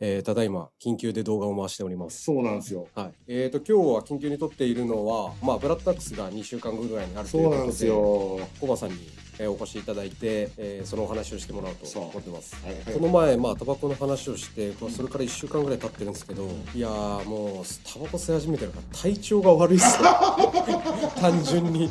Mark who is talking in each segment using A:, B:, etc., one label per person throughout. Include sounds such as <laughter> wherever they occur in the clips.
A: えーただいま緊急で動画を回しております。
B: そうなんですよ。
A: はい。えっ、と今日は緊急に撮っているのは、まあブラッドダックスが2週間後ぐらいにあるという
B: そ
A: こ
B: う
A: とで、
B: なんですよ。。は
A: コバさんに、えーお越しいただいて、えーそのお話をしてもらおうと
B: そう
A: 思ってます。
B: いはい
A: この前、まあ、タバコの話をして、まあ、それから1週間ぐらい経ってるんですけど、いやー、もう、タバコ吸い始めてるから、体調が悪いっ
B: <laughs>
A: すよ。単純に。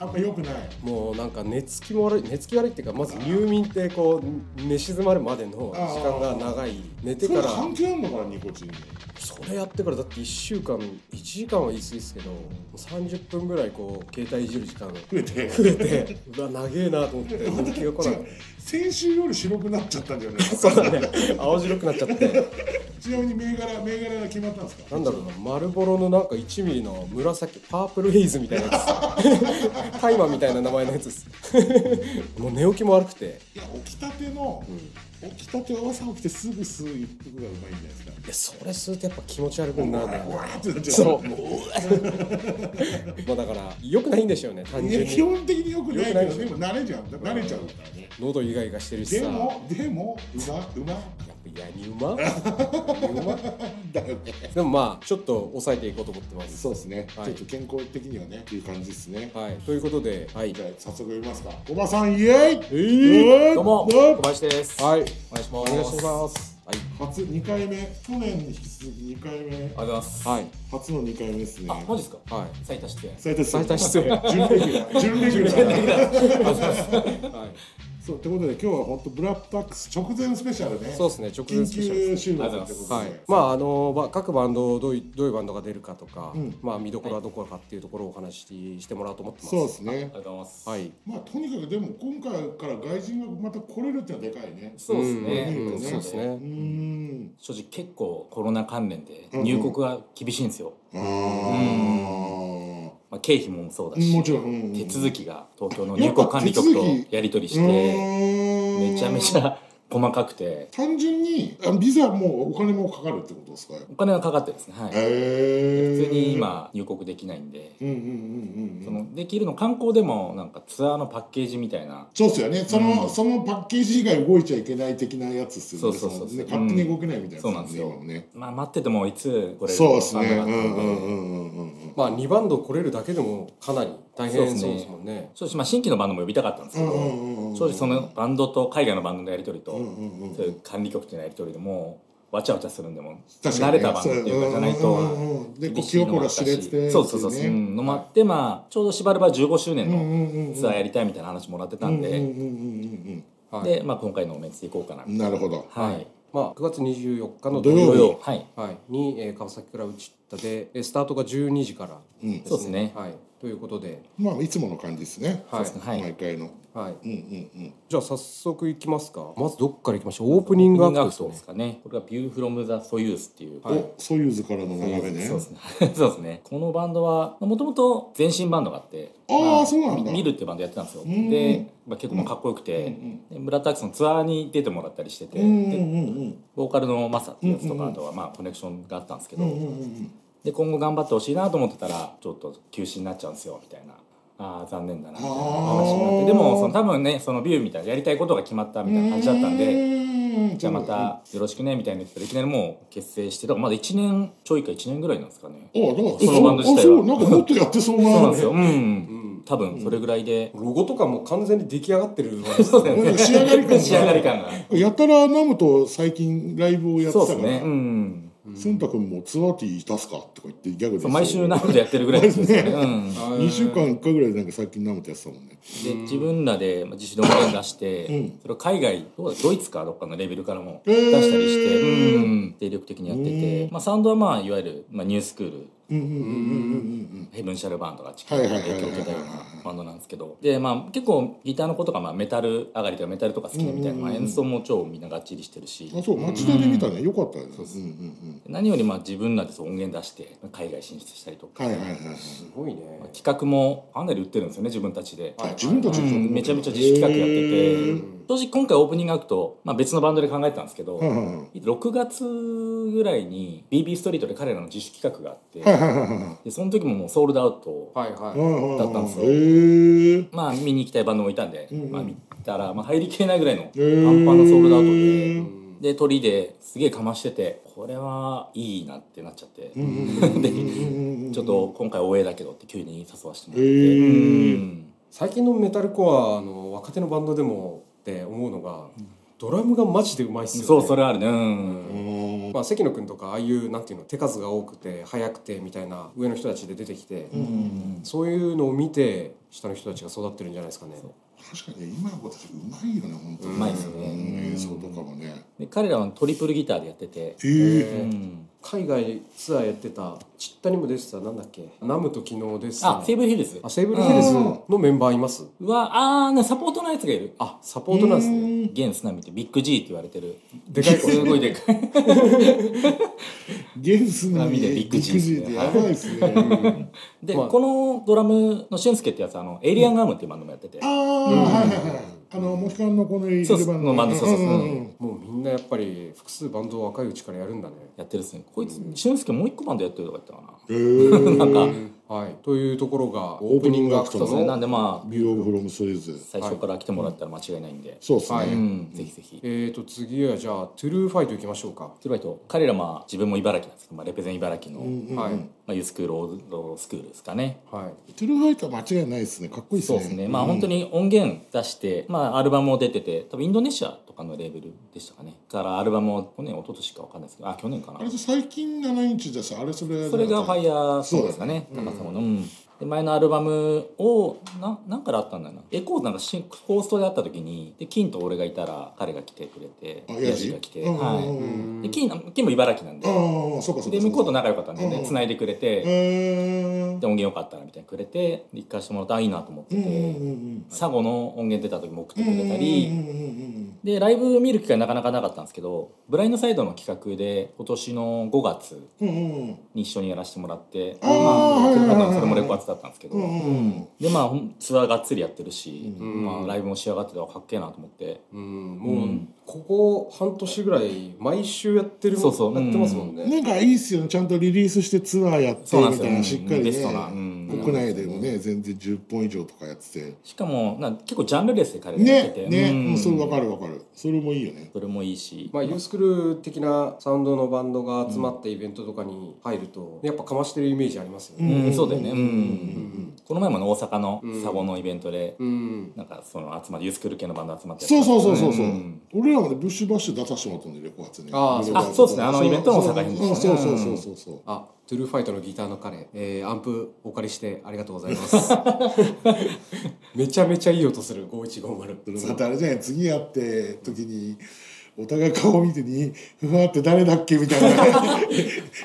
B: あんま良くない。
A: もう、なんか、寝つきも悪い、寝つき悪いっていうか、まず入眠って、こう、寝静まるまでの時間が長い。寝て
B: そ
A: か
B: れ
A: ら、
B: 関係あるのかなニコチンに。
A: それやってから、だって1週間、1時間は言い過ぎですけど、30分ぐらい、こう、携帯いじる時間が
B: 増え
A: <laughs>
B: て。
A: 増えて、うわ、長えなと思って、寝気が来ない。
B: 先週より白くなっちゃったんじゃないです
A: <laughs> そう
B: か。
A: だね青白くなっちゃって
B: ちなみに銘柄銘柄が決まったんですか。
A: なんだろうな丸ボロのなんか1ミリの紫パープルヘイズみたいなやつタイマーみたいな名前のやつですもう寝起きも悪くて、
B: いや起きたての
A: うん、い
B: 起きたては朝起きてすぐ吸う一服がうまいんじゃないです
A: や
B: か。
A: それ吸うとやっぱ気持ち悪く
B: う
A: なる
B: わ
A: んだよね
B: ーってなっちゃう。
A: そうもうまあだから良くないんでしょうね単
B: いや
A: 純
B: 基
A: に
B: 本的によくないけど
A: 良くないでし
B: で
A: ょ
B: も慣れちゃうだから慣れちゃうからね
A: 喉イガイガしてるし
B: で
A: さ
B: もでもうまうま
A: やっぱヤニウマヤニウマ
B: だよね
A: でもまあちょっと抑えていこうと思ってます
B: そうですね、
A: はい
B: ちょっと健康的にはねっていう感じですね、
A: はいということではい
B: じゃあ早速読みますかおばさんイエーイ
A: え
B: ー
A: どうも
B: えー
A: 小林です
B: はい
A: お願いします
B: お願いします
A: はい
B: 初2回目去年に引き続き2回目
C: ありがとうございます。
A: はい。
B: 初の2回目ですね
C: あ、マジですか。
A: はい。
C: 最多出演。
B: 最多
A: 最多
B: 出
A: 出演。は
B: 演準レギ
A: <laughs>
B: ュラー準レギュラー
A: い。
B: そうってことで今日は本当ブラックタックス直前スペシャルね
A: そうですね。直前
B: 緊
A: スペシャル
B: 急
A: ですね。
B: 収録ってことで、
A: はい。まああのば各バンドどういどういうバンドが出るかとか、
B: うん
A: まあ見どころはどこかっていうところをお話ししてもらおうと思ってます。
B: そうですね
C: ありがとうございます。
A: はい。
B: まあとにかくでも今回から外人がまた来れるってのはでかいね
C: そうです
A: う
C: ね。
A: んうん
B: ね
A: そうです
B: う
A: ね。
B: ーん
C: 正直結構コロナ関連で
B: うんうん
C: 入国が厳しいんですよ。
B: ああ
C: まあ経費もそうだ
B: も
C: し、
B: ちろんうん
C: 手続きが東京の
B: や
C: 入
B: っぱ
C: 国管理局と
B: 手続き
C: やり取りし
B: う
C: て、
B: ーん
C: めちゃめちゃ細かくて、
B: 単純にあビザもお金もかかるってことですか
C: お金がかかってですね。はい。
B: へえ
C: 普通に今入国できないんで、
B: うんうんうんうんうん
C: そのできるの観光でもなんかツアーのパッケージみたいな。
B: そうっすよねその、
C: うん
B: そのパッケージ以外動いちゃいけない的なやつっすよね
C: そうそうそうそう
B: のね勝手に動けないみたいなやつ
C: そうなんですよ
B: 今もね
C: まあ待っててもいつこれ
B: そうですね
C: わ
B: うん
C: かんなか
B: う
C: ったんで
B: んうんうんうんうん
A: まあ二バンド来れるだけでもかなり大変そうですもんね。
C: 正直まあ新規のバンドも呼びたかったんですけど、
B: うんうんうんうん
C: 正直そのバンドと海外のバンドのやり取りと、
B: うんうんうん
C: そういう管理局とのやり取りでもうわちゃわちゃするんでもう
B: 確
C: 慣
B: かに
C: れ
B: ね
C: たバンドっていうかじゃない
B: うんうん
C: と
B: うんうんでこう
C: 厳しい
B: 清
C: のも
B: こ
C: あった
B: ら
C: し
B: しれつで
C: そうそうそう
B: って
C: そ
B: いうね
C: うんのもあってまあちょうどしばらくは15周年
B: うんうんうんうん
C: のツアーやりたいみたいな話もらってたん
B: うん
C: で
B: うんうんうん
A: はい。
C: でまあ今回のメンツでいこうかな
B: うんなるほど
C: はい
A: まあ9月24日の土
B: 土曜日
A: 曜
C: 土
A: 日
C: 曜はい
A: はいに、えー、川崎クラブチッタでえースタートが12時から
B: うん
C: そうですね
A: はい。ということで、
B: まあいつもの感じですね
A: はい
C: そうですねはい
B: 毎回の
A: はい。
B: うんうん
A: じゃあ早速いきますか。まずどっからいきましょう。オープニングアクト
C: オープニングアクト
A: で
C: ですすかねこれが View from the Soyuz っていう
B: うんおソユーズからの眺めね
C: そうですね <laughs> そうですねこのバンドはもともと前身バンドがあって
B: あ
C: ま
B: あそうなんだ
C: ミルっていうバンドやってたんですよ
B: ん
C: で、まあ、結構まあかっこよくて、で村田アクスのツアーに出てもらったりしてて、
B: うんうん
C: で
B: うん
C: ボーカルのマサっていうやつとか、
B: うんうんうん
C: あとはまあコネクションがあったんですけ
B: う
C: ど、
B: んうんうんうん
C: で今後頑張ってほしいなと思ってたらちょっと休止になっちゃうんですよみたいなあー残念だなみたいな話にな
B: あ
C: っ
B: ー
C: てでもその多分ねそのビューみたいなやりたいことが決まったみたいな感じだったんで。
B: で
C: じゃあまたよろしくねみたいな言ってたらいきなりもう結成してだからまだ1年ちょいか1年ぐらいなんですかね
B: ああだから
C: そのバンド自体は
B: あそうなんかもっとやってそう
C: そうなん
B: な
C: ですようん、
A: ん
C: 多分それぐらいで、
A: ロゴとかもう完全に出来上がってるわけです <laughs> ね。
B: なんか仕上がり感
C: 仕 <laughs> 上がり
B: が
C: 感が
B: やたらナムと最近ライブをやって
C: そう
B: たか
C: ですねう
B: ら
C: ん
B: すんたくんもツアーティー出すかとか言ってギャグ
C: そ
B: で
C: う毎週ナムでやってるぐらいですよね、
B: <laughs>
C: うん、で
B: 2週間1回ぐらいなんか最近ナムとやってたもんね
C: 自分らでまあ自主で音源出して、
B: うん
C: それを海外どうだドイツかどっかのレベルからも
B: へ
C: 出
B: ー
C: したりして、うん精力的にやってて、
B: う
C: まあ、サウンドはまあいわゆる、まあ、ニュースクール
B: うんうんうんうんうんうん
C: ヘブンシャルバーンとかチキ
B: はいはいはいはい
C: 影響を受けたようなバンドなんですけどでまあ結構ギターの子とかまあメタル上がりとかメタルとか好きみたいな、まあ、演奏も超みんながっちりしてるし
B: あそう町田で見たねよかったよねうんうんうん
C: 何よりまあ自分らでそう音源出して海外進出したりとか、
B: はいはいはいはい
A: すごいね。
C: 企画もかなり売ってるんですよね自分たちで、
B: あ自分たち
C: う
B: で
C: んめちゃめちゃ自主企画や
B: へ
C: ってて
B: ー
C: 正直今回オープニングアクト、まあ、別のバンドで考えてたんですけど、
B: はいはいはい
C: 6月ぐらいに BB ストリートで彼らの自主企画があって、
B: はいはいはいはいはい
C: でその時ももうソールドアウト、
A: はいはい。
B: だ
C: だったんですよ
B: へえ
C: まあ見に行きたいバンドもいたんで、
B: うんうん
C: まあ見たら、まあ、入りきれないぐらいのパ
B: ー
C: ンパンのソールドアウトで、
A: うん
C: で鳥ですげえかましててこれはいいなってなっちゃって、 <laughs>
B: うんうんうんうん
C: ちょっと今回応援だけどって急に誘わせても
B: へ
C: らって、う
B: え
C: ん
A: 最近のメタルコアの若手のバンドでもって思うのがドラムがマジでうまいっすよね
C: そうそれあるねうん
A: まあ、関野君とかああいうなんていうの手数が多くて速くてみたいな上の人たちで出てきて、
C: うん
A: そういうのを見て下の人たちが育ってるんじゃないですかね
B: 確かに今の子たちうまいよね本当に
C: うまいっすね
B: うん演奏とかもね
C: で彼らはトリプルギターでやってて、
B: ええ
A: え
C: うん
A: 海外ツアーやってたちったにも出てたなんだっけナムと昨日です
C: あセーブルヒルズ
A: あセーブルヒルズ
B: うん
A: のメンバーいます
C: はあーねサポートのやつがいる
A: あサポートなんですね
C: ゲンスナミってビッグ G って言われてる
A: でかい
C: すごいでかい
B: ゲンスの
C: 波でビッグ G です
B: ビッグ G っ
C: ね
B: てやばいっすね
C: で、
A: まあ
C: このドラムの俊介ってやつあのエイリアンガムっていうバンドもやってて、
B: ああはいはいはいあのモヒカンのこのイ
C: そう
B: ルバン
C: の
B: の
C: バンドそうそうそうん
B: んん
A: もうみんなやっぱり複数バンドを若いうちからやるんだね
C: やってるっすねこいつ俊介もう一個バンドやってるとか言ってたかな
B: へー
C: なんか
A: はいというところが
B: オ
A: オー
B: ープ
A: プ
B: ニ
A: ニ
B: ン
A: ン
B: グ
A: グ
B: ア
A: ア
B: ク
A: ク
B: ト
A: ト
B: の
C: そうですねな
A: の
C: んでまあ
B: ビューオブフロムストリーズ
C: 最初から来てもらったら間違いないんで、
B: そうっす
A: は
C: う
A: い
B: ね
C: んぜひぜひ
A: えーと次はじゃあトゥルーファイトいきましょうか
C: それと彼らまあ自分も茨城なんですけど、まあ、レペゼン茨城の、
B: うんうん
A: はい
C: まあ、ユースクールオールドスクールですかね
A: はい
B: トゥルーファイトは間違いないですねかっこいいっす
C: そう
B: ね
C: ですね、まあ本当に音源出して、まあアルバムも出てて、多分インドネシアとかのレーベルでしたかね。からアルバムを去年、一昨年かわかんないですけど、あ、去年かな
B: あれ。と最近7インチだしあれそれ
C: それがファイヤー
B: そ
C: そうう
B: だ
C: で
B: ね
C: すかね、高砂の。うんで前のアルバムをななんからあったんだよなエコーなんかし放送であった時にで金と俺がいたら彼が来てくれて
B: あ
C: ヤ
B: ヤ
C: ジ
B: ジ
C: が来て、
B: うんうん
C: は
B: うん
C: い、で金金も茨城なんで
B: ああそうかそうか
C: で向こうと仲良かったんで
B: うんう
C: ね
B: ん
C: 繋いでくれて、で
B: へー
C: 音源よかったらみたいにくれてで一回してもらってあいいなと思って
B: う
C: て、
B: んうんうん
C: サゴの音源出た時も送って
B: うん
C: くれたり、
B: うんうんうん
C: でライブ見る機会なかなかなかったんですけどブラインドサイドの企画で今年の5月
B: うんうんうん
C: に一緒にやらせてもらって
B: あー
C: まあ
B: はいはいはいはい
C: それもレコアツだったんですけど、
B: うんうんうん
C: でまあほんツアーがっつりやってるし、
A: うん
C: まあ、ライブも仕上がってたらかっけえなと思って
A: うんもう、
C: うん
A: ここ半年ぐらい毎週やってる
C: そうそう
A: やってますもんね、
B: なんかいいっすよねちゃんとリリースしてツアーやって
C: そうなんで
B: み
C: す
B: た
C: よ
B: いなしっかり
C: うん
B: ね
C: ベストなうん
B: 国内でもね全然10本以上とかやってて
C: しかもなんか結構ジャンルレスで彼らやっ
B: ね
C: てて、
B: ね
C: うん
B: うんそれわかるわかるそれもいいよね
C: それもいいし、
A: まあ、ユースクール的なサウンドのバンドが集まったイベントとかに入ると、やっぱかましてるイメージありますよ
C: う
A: ね。
C: んそうだよね、うん
A: ん
C: この前もね大阪のサゴのイベントで、
A: うん、
C: なんかその集まりユースクール系のバンド集まってやった
B: そうそうそうそうそうん俺らもねブッシュバッシュ出させてもらったんでレコ発ね
A: あー
B: レコ
A: あ
B: 発
C: そうっすねあのイベントの大阪編
B: そう
C: です
B: そ
C: ね
B: うそうそうそうそう
A: あトゥルーファイトのギターの彼、えーアンプお借りしてありがとうござい
B: <laughs>
A: ます。めちゃめちゃいい音する
B: それ
A: 5150。
B: またあれじゃない次やって時にお互い顔見てにふわって誰だっけみたいな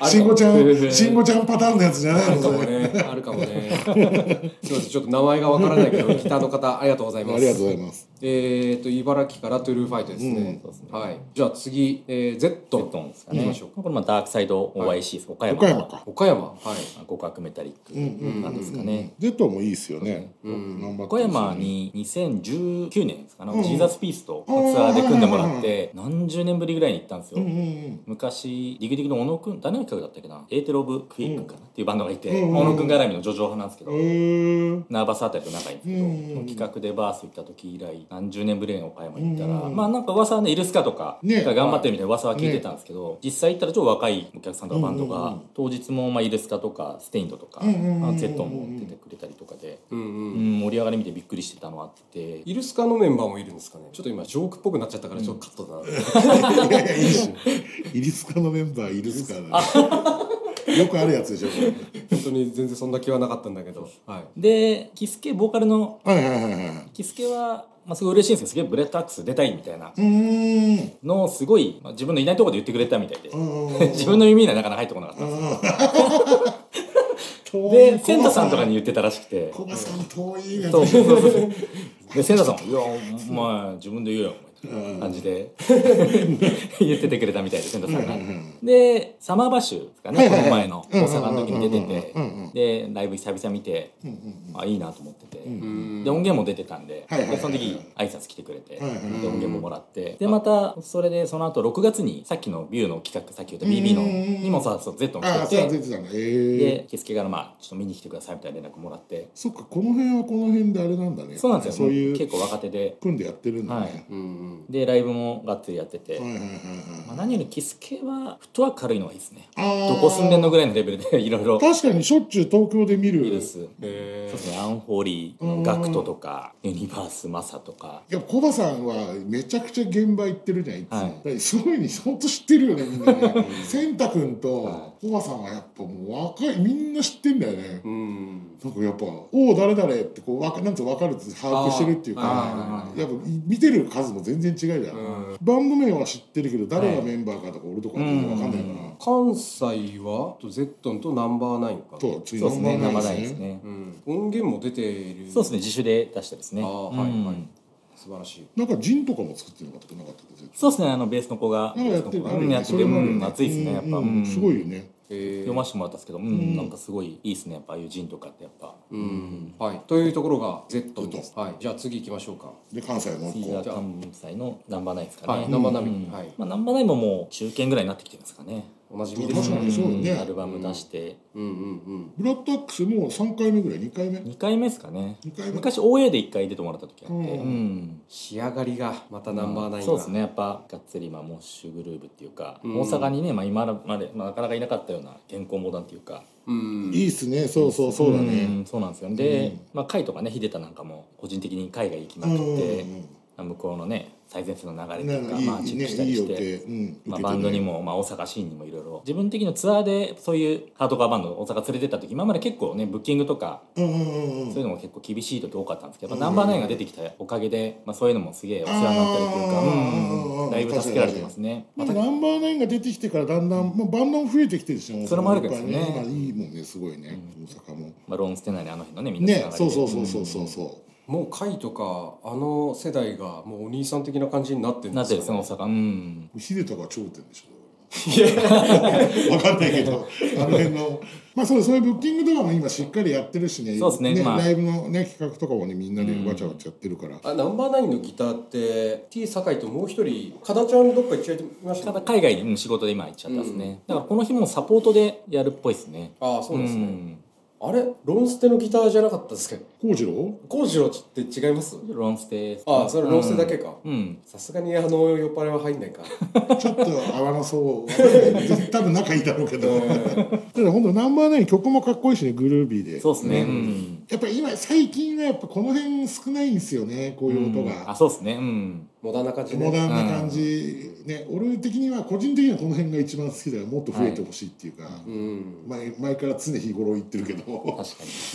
B: 慎吾ちゃん慎吾ちゃんパターンのやつじゃない
A: あ
B: の
A: る
B: そ
A: か
B: れ
A: もね、あるかもね。すみません、ちょっと名前がわからないけど、ギターの方ありがとうございます。
B: ありがとうございます
A: えー、と茨城からトゥルーファイトですね,、
C: うんそうですね
A: はいじゃあ次、えー、
C: ド
A: Z
C: ットンですかね、
A: 行きましょうか
C: これまあダークサイド OIC です、岡山
B: 岡山か
A: 岡山はい
C: 極悪メタリックなんですかね、
B: ジェットもいいですよね。頑張って
C: 岡
B: るし
C: 山に2019年ですかね、ジーザスピースとのツアーで組んでもらって何十年ぶりぐらいに行ったんですよ、
B: うんうん
C: 昔ディグディグの小野くん誰の企画だったっけなエーテル・オブ・クイックかな、っていうバンドがいて、
B: うんうん
C: 小野くん絡みのジョジョ派なんですけど、
B: うん。へー
C: ナーバスあたりと仲いいんですけど、
B: うんうん
C: その企画でバース行った時以来何十年ぶりに岡山行ったら、
B: うんうん
C: まあなんか噂はねイルスカとか
B: ね
C: が頑張ってるみたいな噂は聞いてたんですけど、実際行ったら超若いお客さんとかバンドが、
B: うんうんうん
C: 当日もまあイルスカとかステインドとか、
B: うんうんうんうん
C: まあゼットンも出てくれたりとかで、
A: うんうん
C: うん盛り上がり見てびっくりしてたのあって
A: イルスカのメンバーもいるんですかねちょっと今ジョークっぽくなっちゃったからちょっとカットだな、
B: いやいやいいっしょ。イリスカのメンバーイリスカだね。よくあるやつでしょ。これ
A: 本当に全然そんな気はなかったんだけど、はい、
C: でキスケボーカルの
B: はいはいはいはい。
C: キスケは、まあ、すごい嬉しいんですけどすげえブレッドアックス出たいみたいな
B: うーん。
C: のをすごい、まあ、自分のいないところで言ってくれたみたいで、
B: うん
C: 自分の耳にはなかなか入ってこなかったんですよでセンタさんとかに。言ってたらしくて
B: コバさん遠いね。
C: <laughs> そうそうそうそう。で、千田さん、いや、お前、自分で言えよ、お前みたいな感じで、言っててくれたみたいで、千田さんが。で、サマーバッシュですかね、この前の大阪の時に出てて、で、ライブ久々見て、あ、いいなと思ってて。で、音源も出てたんで、
B: はいはいはい
C: でその時、挨拶来てくれて、で、
B: はいはいはい
C: 音源ももらって、で、また、それで、その後、6月に、さっきのビューの企画、さっき言った BB の、にもさ、そう Z も
B: ああ、
C: 来
B: そうだ
C: て
B: 出
C: て、
B: てたんだ。ええ。
C: で、ケスケから、まあ、ちょっと見に来てくださいみたいな連絡もらって、
B: そっか、この辺はこの辺であれなんだね。
C: そうなんです
B: そう
C: よ。
B: いう
C: 結構若手で、
B: 組んでやってるんだね。
A: うんうん
C: でライブもがっつりやってて、
B: はいはいはい
C: ま
B: は
C: あ、
B: い
C: 何よりキス系はフットワーク軽いのがいいですね
B: あー
C: どこ住んでんのぐらいのレベルで <laughs> いろいろ
B: 確かにしょっちゅう東京で見る
C: いるっすそう
A: え
C: ですねアンホーリーのガクトとかユニバースマサとか
B: いやコバさんはめちゃくちゃ現場行ってるじゃんいつも、
C: はい
B: だからそういうふうに本当知ってるよねみ
C: <laughs>
B: んなね千太君
C: は
B: とコバさんはやっぱもう若いみんな知ってんだよね
A: うん
B: なんかやっぱ「おお誰々」ってこうわかなんと分かるって把握してるっていうか
C: あ
B: やっぱ見てる数も全然違うじゃ
A: う
B: ん、
A: ん
B: バンド名は知ってるけど誰がメンバーかとか俺とか全然分かんないから、
A: 関西はとゼットンとナンバーナインか
B: とはつい
C: そうですね
B: ナンバー
C: 生な
B: ナイ
C: い
B: ン
C: ですね
A: うん、音源も出ている
C: そうですね自主で出したですね
A: ああはい
C: うん
A: はい素晴らしい
B: なんかジンとかも作ってなかったかなかったか
C: そうですねあのベースの子が
B: なんかやってる
C: ベースの子
B: ある
C: がう
B: よ
C: ん
B: ね
C: やって
B: そ
C: て
B: れ
C: う
B: もあるよ
C: ん
B: ね
C: 熱いですねやっぱ
B: う
C: うん
B: うん
C: ん
B: すごいよね
A: えー
C: 読ませてもらったんですけど、うん
B: ん
C: なんかすごいいいですねやっぱああいうジンとかってやっぱ
A: うんはい、というところが Z です、はい、じゃあ次行きましょうか
B: で関西もう
C: 次
B: 一
C: が
B: 個
C: 関西のナンバーナインですかね、
A: はいナンバーナイン
C: うん
A: はい
C: まあ、ナンバーナインももう中堅ぐらいになってきてるんですかね
A: おなじみで
B: 確
A: す
B: かにそうよね
C: アルバム出して、
A: うんうんうん
B: ブラッドアックスも3回目ぐらい2回目
C: 二2回目ですかね
B: 二回目
C: 昔 OA で1回出てもらった時あって、
B: う
C: うんん
A: 仕上がりがまたナンバーナインが、
C: そうですねやっぱがっつりまあモッシュグルーブっていうか、
A: うん
C: 大阪にね、まあ、今まで、まあ、なかなかいなかったような健康モダンっていうか
A: うん
B: いいっすねそうそうそうだね
C: んそうなんですよで、
B: うん
C: まあ、海とかね秀田なんかも個人的に海外行きま
B: う
C: くっ
B: ん
C: て、
B: うんうん
C: まあ向こうのね最前線の流れ
B: なん
C: とか
B: かいい
C: まあチェックした
B: ねい
C: り
B: いよ
C: し。
B: ってて、うん
C: まあ、バンドにも、まあ、大阪シーンにもいろいろ自分的なツアーでそういうハードコアバンドを大阪連れてった時今まで結構ねブッキングとか
B: うんうんうんうん
C: そういうのも結構厳しい時多かったんですけど、やっ
B: うん
C: ぱナンバーナインが出てきたおかげで、まあ、そういうのもすげえお世話になったりというか、
B: あ
C: う
B: ー
C: んうん
B: うん
C: だいぶ助けられてますね。
B: なんかナンバーナインが出てきてからだんだん、まあ、バンドも増えてきてるしね
C: それもあるからね
B: やっぱ今いいもんねすごいね、大阪も
C: まあ、ローン捨てないねあの辺のねみんな
B: ね
C: つながりで
B: そうそうそうそうそうそ
A: もう甲斐とかあの世代がもうお兄さん的な感じになってるん
C: な
A: で
C: って
A: す
C: る
A: か
C: その大阪うん
B: う秀田が頂点でしょ分かんないけどあの辺のまあそうそういうブッキングとかも今しっかりやってるしね
C: そうですねまあ
B: ライブのね企画とかもねみんなでわちゃわちゃやってるから、
A: あナンバーナインのギターって T 酒井ともう一人かなちゃんどっか行っちゃいました
C: た
A: ね
C: だ海外にうん仕事で今行っちゃったんですね、だからこの日もサポートでやるっぽいですね
A: ああそうです
C: う
A: ね、
C: ん
A: あれロンステのギターじゃなかったですけど
B: 幸次郎
A: 幸次郎って違います
C: ローンステ
A: ああそれロンステだけか
C: うん
A: さすがにあの酔っ払いは入んないか
B: ちょっと合わな
C: <laughs>
B: そう多分仲いいだろうけど <laughs> ただ本当ナンバーナイン曲もかっこいいしねグルービーで
C: そうですね、
A: う
C: うんん、
B: やっぱ今最近はやっぱこの辺少ないんですよねこういう音
C: うんあ
B: が、
C: そうですねうん
A: モダンな感じ
B: モ
A: ね
B: ダンな感じ、ね俺的には個人的にはこの辺が一番好きだよもっと増えてほしいっていうか、
A: うん
B: 前前から常日頃言ってるけど
C: 確か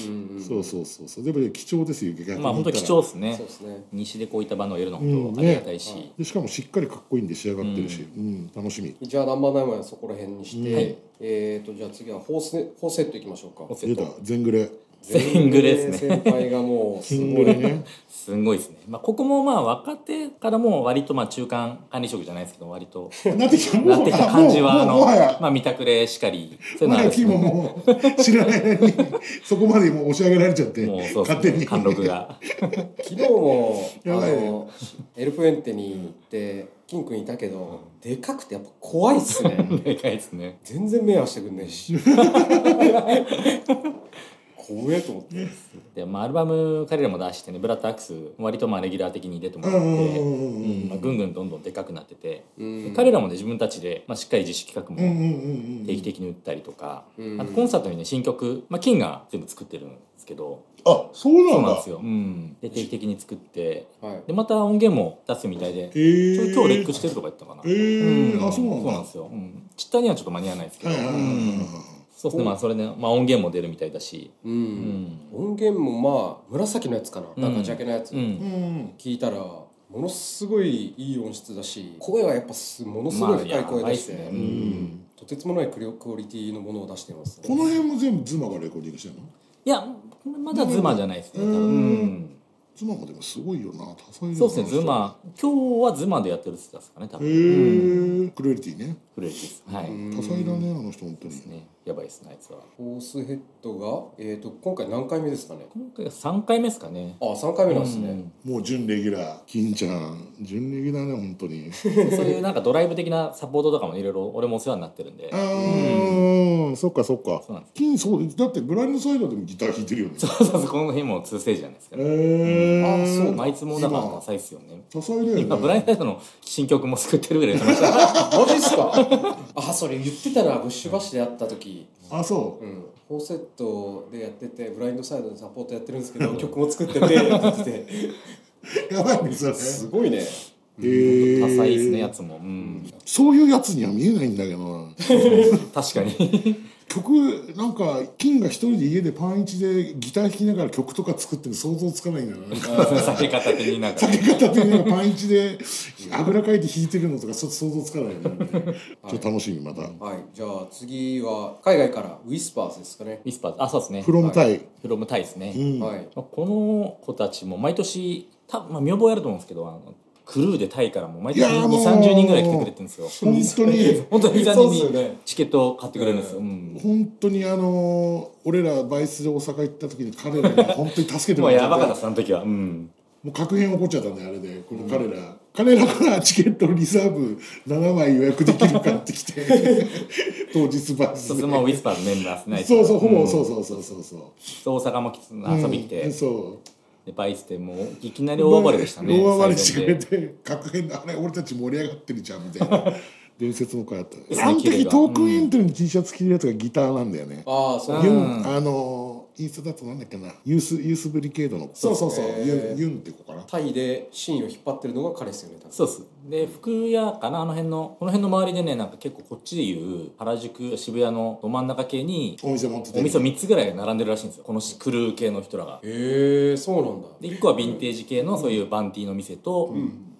A: うんうん
B: そうそうそうそうでも貴重ですよ逆に言
C: に
B: った
C: まあ
B: ら
C: 本当貴重です
A: そう
C: ね
A: ですね
C: 西でこういったバンドをやるのは
B: うん
C: 本当あ
B: ね
C: りがたいし、
B: でしかもしっかりかっこいいんで仕上がってるし、うん楽しみ
A: じゃあナンバーナインはそこら辺にして、
B: はい
A: えーとじゃあ次はホースホーセットいきましょう
C: ホ
A: か
C: セ
B: 出
C: ッ
B: た
C: ト
B: 全グレ
C: セングレですね
A: 先輩がもうす
B: キン
A: ご
B: グ
A: い
B: レね
C: すごいですね、まあ、ここもまあ若手からもう割とまあ中間管理職じゃないですけど割と
B: なってきたも
C: な
B: う
C: ってきた
B: あも
C: 感
B: う
C: じはあ
B: もうもはや
C: のまあ見たくれしかりそういう
B: も
C: の
B: は
C: はあ
B: や
C: るんです
B: キ
C: ね
B: ももう知らない間にそこまでもう押し上げられちゃって
C: もうそう
B: 勝手
C: ですね
B: に
C: 貫禄が <laughs>
A: 昨日もあ
B: やばいね
A: のエルフエンテに行って金くんいたけどでかくてやっぱ怖いっすね
C: でかいですね
A: 全然目合わせてくんないし怖えと思って
C: で、まあ、アルバム彼らも出してね「ブラッドアックス」割とまあレギュラー的に出ても
B: う
C: ら
B: ん
C: っ
B: う
C: て、
B: んうんうんうん
C: まあ、ぐんぐんどんどんでかくなってて、
A: うん
C: 彼らもね自分たちで、まあ、しっかり自主企画
B: うんう
C: も
B: んうんうん
C: 定期的に打ったりとか、
A: うん
C: あとコンサートにね新曲、まあ、金が全部作ってるんですけど
B: あそう
C: そう
B: なん
C: なん
B: だ
C: ですよ、うん、で定期的に作って
A: はい
C: でまた音源も出すみたい
B: え
C: で
B: ー
C: ちょ今日レックしてるとか言ったかな、
B: えー
C: うん
B: あそうなんだ
C: そうなんですよ、うん、ちったにはちょっと間に合わないですけ
B: は
C: ど、
B: いはいはいはい
C: うんそうですねまあそれで、まあ、音源も出るみたいだし、
A: うん
C: ん
A: 音源もまあ紫のやつかな、
C: うん
A: なんかジャケのやつ、
C: うん
B: うん
A: 聞いたらものすごいいい音質だし声はやっぱすものすごい
C: まあ
A: 深い声出して、
C: やばいっ
B: う
C: すね
B: ん
A: とてつもないクリクオリティのものを出してます、
B: この辺も全部妻がレコーディングしてるの
C: いやまだズマじゃないですね多
B: うん
C: 分うん
B: 妻もでもすごいよな多彩だな
C: そうですね、ズマ、今日はズマでやってるって言ってたんですかね、多
B: へ
C: 分。うん
B: えクルエリティね
C: フレーズです。はい。
A: うん
B: 多彩だねあの人本当
C: です
B: に
C: ね。やばいですね、あいつは。
A: ホースヘッドが、えー、と今回何回目ですかね
C: 今回が3回目ですかね。
A: あ三3回目なんですね、
B: もう準レギュラー金ちゃん準レギュラーね本当に
C: うんそういうなんかドライブ的なサポートとかもいろいろ俺もお世話になってるんで
B: あ。ーそっかそっ
C: そうな
B: か
C: んです
B: 金そうだってブラインドサイドでもギター弾いてるよね
C: そうそうそう、この辺も2ステージじゃないですか
B: え
C: ね。
B: ー
C: あそうまあいつもだから浅いっすよね
B: 多彩だよね
C: 今ブラインサイドの新曲も作ってるぐらいやってました
A: マジっすか <laughs> あそれ言ってたなブッシュバッシュで会った時
B: あそう
A: うんフォーセットでやっててブラインドサイドのサポートやってるんですけど曲も作っててって言って
B: やばいねそれ
A: てすごいね
B: へー
C: 多彩ですねやつもうん
B: そういうやつには見えないんだけどな
C: 確かに
B: 曲なんか金が一人で家でパンイチでギター弾きながら曲とか作ってるの想像つかないんだよな
C: <laughs> 酒片手になんか
B: 片手にパンイチで油かいて弾いてるのとかちょっと想像つかないよねちょっと楽しみまた
A: はいじゃあ次は海外からウィスパーズですかね
C: ミスパーズあそうですね
B: フロムタイ
C: フロムタイですね、
B: うん
A: はい
C: まあこの子たちも毎年た、まあ、見覚えあると思うんですけどあのクルーでタイからも毎年
B: いやー
C: 2
B: もう
C: 三3 0人ぐらい来てくれてるんですよ
B: 本当に
C: 本当に2 3
A: そうっすよ
C: 人
A: ね
C: にチケットを買ってくれるんですよ、うん
B: 本当にあの俺らバイスで大阪行った時に彼らに本当に助けても
C: もう
B: らって
C: やばかったですあの時は、うん、
B: もう確変起こっちゃったんであれでこの彼ら、彼らからチケットリザーブ7枚予約できるかってきて
C: <laughs>
B: 当日バイス
C: そう
B: で
C: そうまあウィスパーのメンバーですね
B: そうそうほぼ
C: ん
B: そうそうそうそうそう
C: そう大阪も来て遊びに来て、
B: うんそう
C: でバイスでもういきなり大暴れでしたね
B: 大暴れして
C: 最
B: く
C: 前
B: れ
C: で
B: て、確変だ、あれ、俺たち盛り上がってるじゃんみたい
C: <laughs>
B: な。伝説の回あった。
C: ね
B: あの
C: 綺麗
B: 時、
C: だ
B: トークイントに T シャツ着てるやつがギターなんだよね。
A: ああそううん
B: ユン、あのー、インスタだとなんだっけな、ユース、ユースブリケードの。そうそうそう、
A: へー
B: ユン、ユンって子かな。
A: タイでシーンを引っ張ってるのが彼ですよね多分
C: そうっすで福屋かなあの辺のこの辺の周りでねなんか結構こっちでいう原宿渋谷のど真ん中系に
B: お店持ってて。
C: お店を3つぐらい並んでるらしいんですよこのクルー系の人らが
A: へえそうなんだ
C: で1個はヴィンテージ系のそういうバンティーの店と、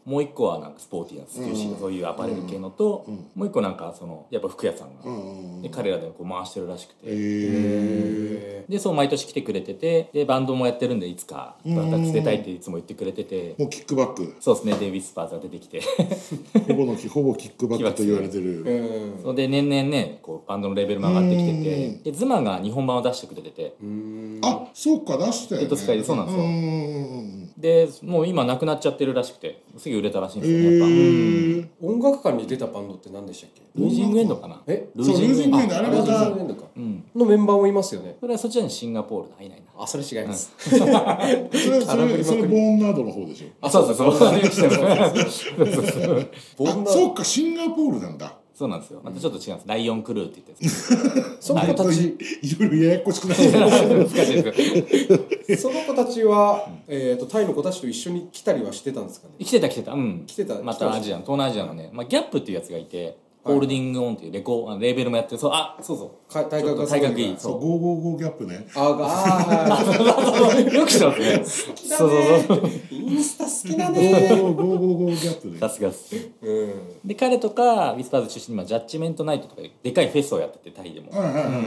C: もう1個はなんかスポーティーなスキューシーのそういうアパレル系のと、もう1個なんかそのやっぱ服屋さんが、
B: うんうん。
C: で彼らでこう回してるらしくて、
B: え
A: へ
C: でそう毎年来てくれててでバンドもやってるんでいつか私出たいっていつも言ってくれてて、
B: ーもうキックバッ
C: <laughs>
B: ク。
C: そうですねでウィスパーズが出てきて <laughs>
B: ほぼのき、ほぼキックバックと言われて
A: え
B: る。
A: うん
C: それで年々ねこうバンドのレベルも上がってきててでズマが日本版を出してくれてて
A: うん
B: あ、そうか、出したよ、ね。
C: デッドスカイそうなんですよ
B: うんうんうん。
C: でもう今なくなっちゃってるらしくてすぐ売れたらしいん
B: え
C: ですよねやっぱ、うん
B: ー。
A: 音楽館に出たバンドって何でしたっけ
C: ルージングエンドかな
A: え
C: ル
B: そう、ルージングエンド、あ
A: あ
B: れ
A: ル
B: ま
A: ージ
B: た
A: ングエンドか
C: うん
A: のメンバーもいますよね
C: それはそっちらにシンガポールだいないな
A: あそれ違います、
B: それ、それ、それ、ボーンナードの方でしょ。
C: あそうそうそうそうそうそう
A: ボ
B: あ
A: ン、ダ
B: そうか、シンガポールなんだ。
C: そうなんですよまたちょっと違うんですライオンクルーって言ってるんです
A: その子たち
B: いろいろややこしくなってる。
C: けど難しいですけど
A: <laughs> その子たちは、えー、とタイの子たちと一緒に来たりはしてたんですかね
C: 来てた来てたうん
A: 来てた来
C: ま
A: てました
C: たアジアの東南アジアのね、まあ、ギャップっていうやつがいてホールディングオンっていうレコーあレーベルもやってるそうあそうそ
A: か体
C: ちょ
A: 格
C: っ
A: が
C: と
A: すごいから
C: 体格いい
B: そう、五五五ギャップね。
A: ああ
C: うよく知ってます
A: <laughs>
C: ね
A: そ
C: そ
A: そう
C: ううそうそう
A: インスタ好きだ
B: 五
A: ね
B: 五五五ギャップね
C: さ。すがっす
A: うん
C: で彼とかウィスパーズ中心に今ジャッジメントナイトとかででかいフェスをやっててタイでも
B: はいはいはいはい。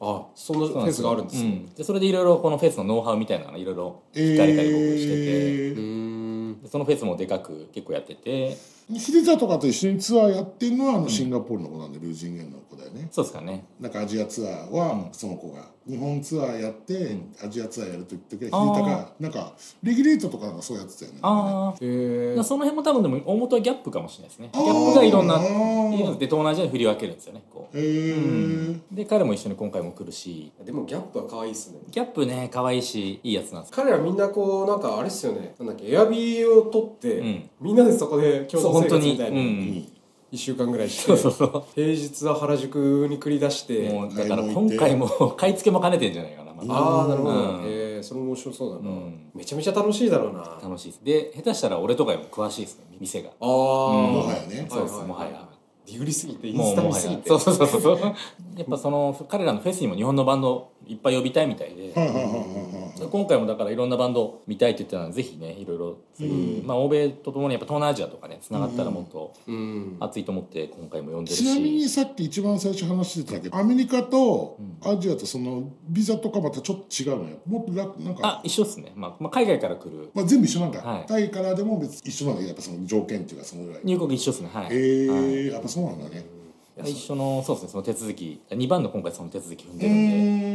A: あそんなフェスがあるんですね
C: うん、でそれでいろいろこのフェスのノウハウみたいなのいろいろ聞かれたり僕してて、
B: え
A: う
B: ー
A: ん
C: でそのフェスもでかく結構やってて
B: 秀田とかと一緒にツアーやってるのはあのシンガポールの子なんで、ルージンゲンの子だよね
C: そうですかね
B: なんかアジアツアーはその子が、日本ツアーやって、アジアツアーやるときとか秀田がなんかレギュレートとかなんかそうやってたよね
C: ああ、
A: へえ
C: だからその辺も多分でも大元はギャップかもしれないですね
B: あ
C: ギ
B: ー
C: ャップがいろんな
B: あー
C: いろんなで東南アジアに振り分けるんですよねこ
B: へえー
C: うで彼も一緒に今回も来るし
A: でもギャップは可愛いっすね
C: ギャップね可愛いしいいやつなんですよ
A: 彼らみんなこうなんかあれっすよねなんだっけエアビーを取って、
C: うん
A: みんなでそこで共
C: そう
A: 同
C: 本
A: 生
C: 当
A: 活
C: に
A: みたいな、
C: うん
A: 1週間ぐらいして
C: そうそう <laughs> そ
A: 平日は原宿に繰り出して
C: うもうだから今回も買い付けも兼ねてんじゃないかな、まあ
A: ああなるほど、
C: うん
A: えーそれも面白そうだな、
C: うん
A: めちゃめちゃ楽しいだろうなあ
C: 楽しいですで下手したら俺とかよりも詳しいですね店が
A: あ
C: うん
A: も
B: もはやね
C: そうですもはや
A: ディグリすぎてイン
C: も
A: ス
C: う
A: タ
C: も
A: 見
C: は
A: すぎ
C: や
A: て
C: そうそうそうそうやっぱその彼らのフェスにも日本のバンドいっぱい呼びたいみたいで、
B: はいはいはいはいはい
C: 今回もだからいろんなバンド見たいって言ってたのでぜひねいろいろそういう、まあ欧米とともにやっぱ東南アジアとかねつながったらもっと
A: うん
C: 熱いと思って今回も呼んでる
B: ち
C: し、
B: なみにさっき一番最初話してたけどアメリカとアジアとそのビザとかまたちょっと違うのよもっと楽なんか
C: あ一緒っすね、まあ、まあ海外から来る
B: まあ、全部一緒なんだ、
C: はい
B: タイからでも別に一緒なんだやっぱその条件っていうかそのぐらい
C: 入国一緒っすねはい、
B: えー
C: はい
B: やっぱそうなんだね
C: で一緒のそうですねその手続き2番の今回その手続き踏ん
B: う
C: でるんで
B: ー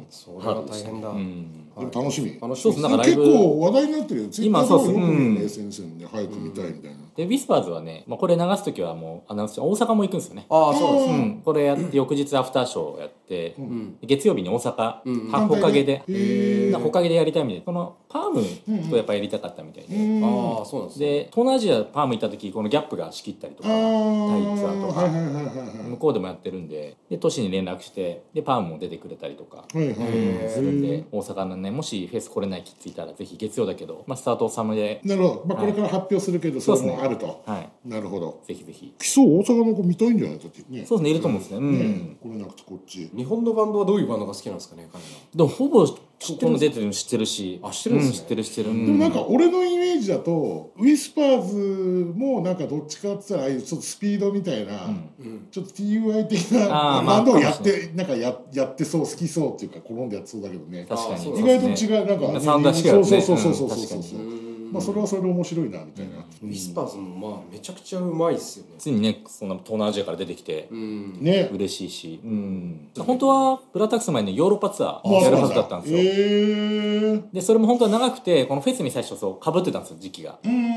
B: ん
A: それは大変だ、
C: うん
B: でも楽しみ
A: 楽し
C: そう
A: み
C: っ
A: で
C: すなんかライ
B: 結
C: ブ
B: 構話題になってるよツイッター
C: 今
B: とか
C: そうっ
B: よ
C: す
B: く見る
C: う
B: ね
C: ん
B: SNS で早く見たいみたいな、
C: でウィスパーズはね、まあ、これ流す時はもうアナウンス大阪も行くんですよね
A: ああそうです
C: うん、これやって翌日アフターショーをやっって、
A: うん
C: 月曜日に大阪、
A: うんうん
C: はほかげで
B: へー
C: ほかげでやりたいみたいでこのパームとやっぱやりたかったみたいで、
B: うん
A: ああそうなんですね
C: で東南アジアパーム行った時このギャップが仕切ったりとか
B: あー
C: タイツアーとか
B: はいはいはいはいはい
C: 向こうでもやってるんでで都市に連絡してでパームも出てくれたりとか。
B: はいはいはい
A: へー
C: するんで大阪のねもしフェス来れないキッズいたらぜひ月曜だけど、まあ、スタートおさむで、
B: なるほど、まあ、これから発表するけど、それ
C: そうです
B: も
C: ね
B: あると、
C: は
B: なるほど
C: い、ぜひぜひ
B: 基礎大阪の子見たいんじゃないだってね
C: そうですねいると思うんですねうん、
B: ねこれなくてこっち
A: 日本のバンドはどういうバンドが好きなんですかね彼ら
C: でもほぼこの出てるの知ってるし
A: あ知ってるんですね
C: う知ってる知ってる、う
B: でもなんか俺のイメージだとウィスパーズもなんかどっちかって言ったらああいうちょっとスピードみたいな、
C: うん
A: うん
B: ちょっと TUI 的な
C: あーまあ
B: バンドをやっ
C: かもして
B: なんかややってそう好きそうっていうか転んでやってそうだけどね
C: 確か
A: あ
C: に
A: そうな
B: 意
A: んで
B: 外と違う、なんか
C: サウンドは違うよね
B: そうそうそうそうそう
C: うん確か
B: そう
C: に
B: そうう、
A: ん
B: まあそれはそれで面白いなみたいな、うん
A: ウィスパーズもまあめちゃくちゃうまいっすよね
C: ついにねその東南アジアから出てきて
A: うん
B: ね
C: 嬉しいし、うん、本当はブラタクス前にヨーロッパツアー
B: もう
C: や
B: そう
C: る
B: な
C: はずだったんですよ、
B: へえ
C: でそれも本当は長くてこのフェスに最初そうかぶってたんですよ時期が、
B: うん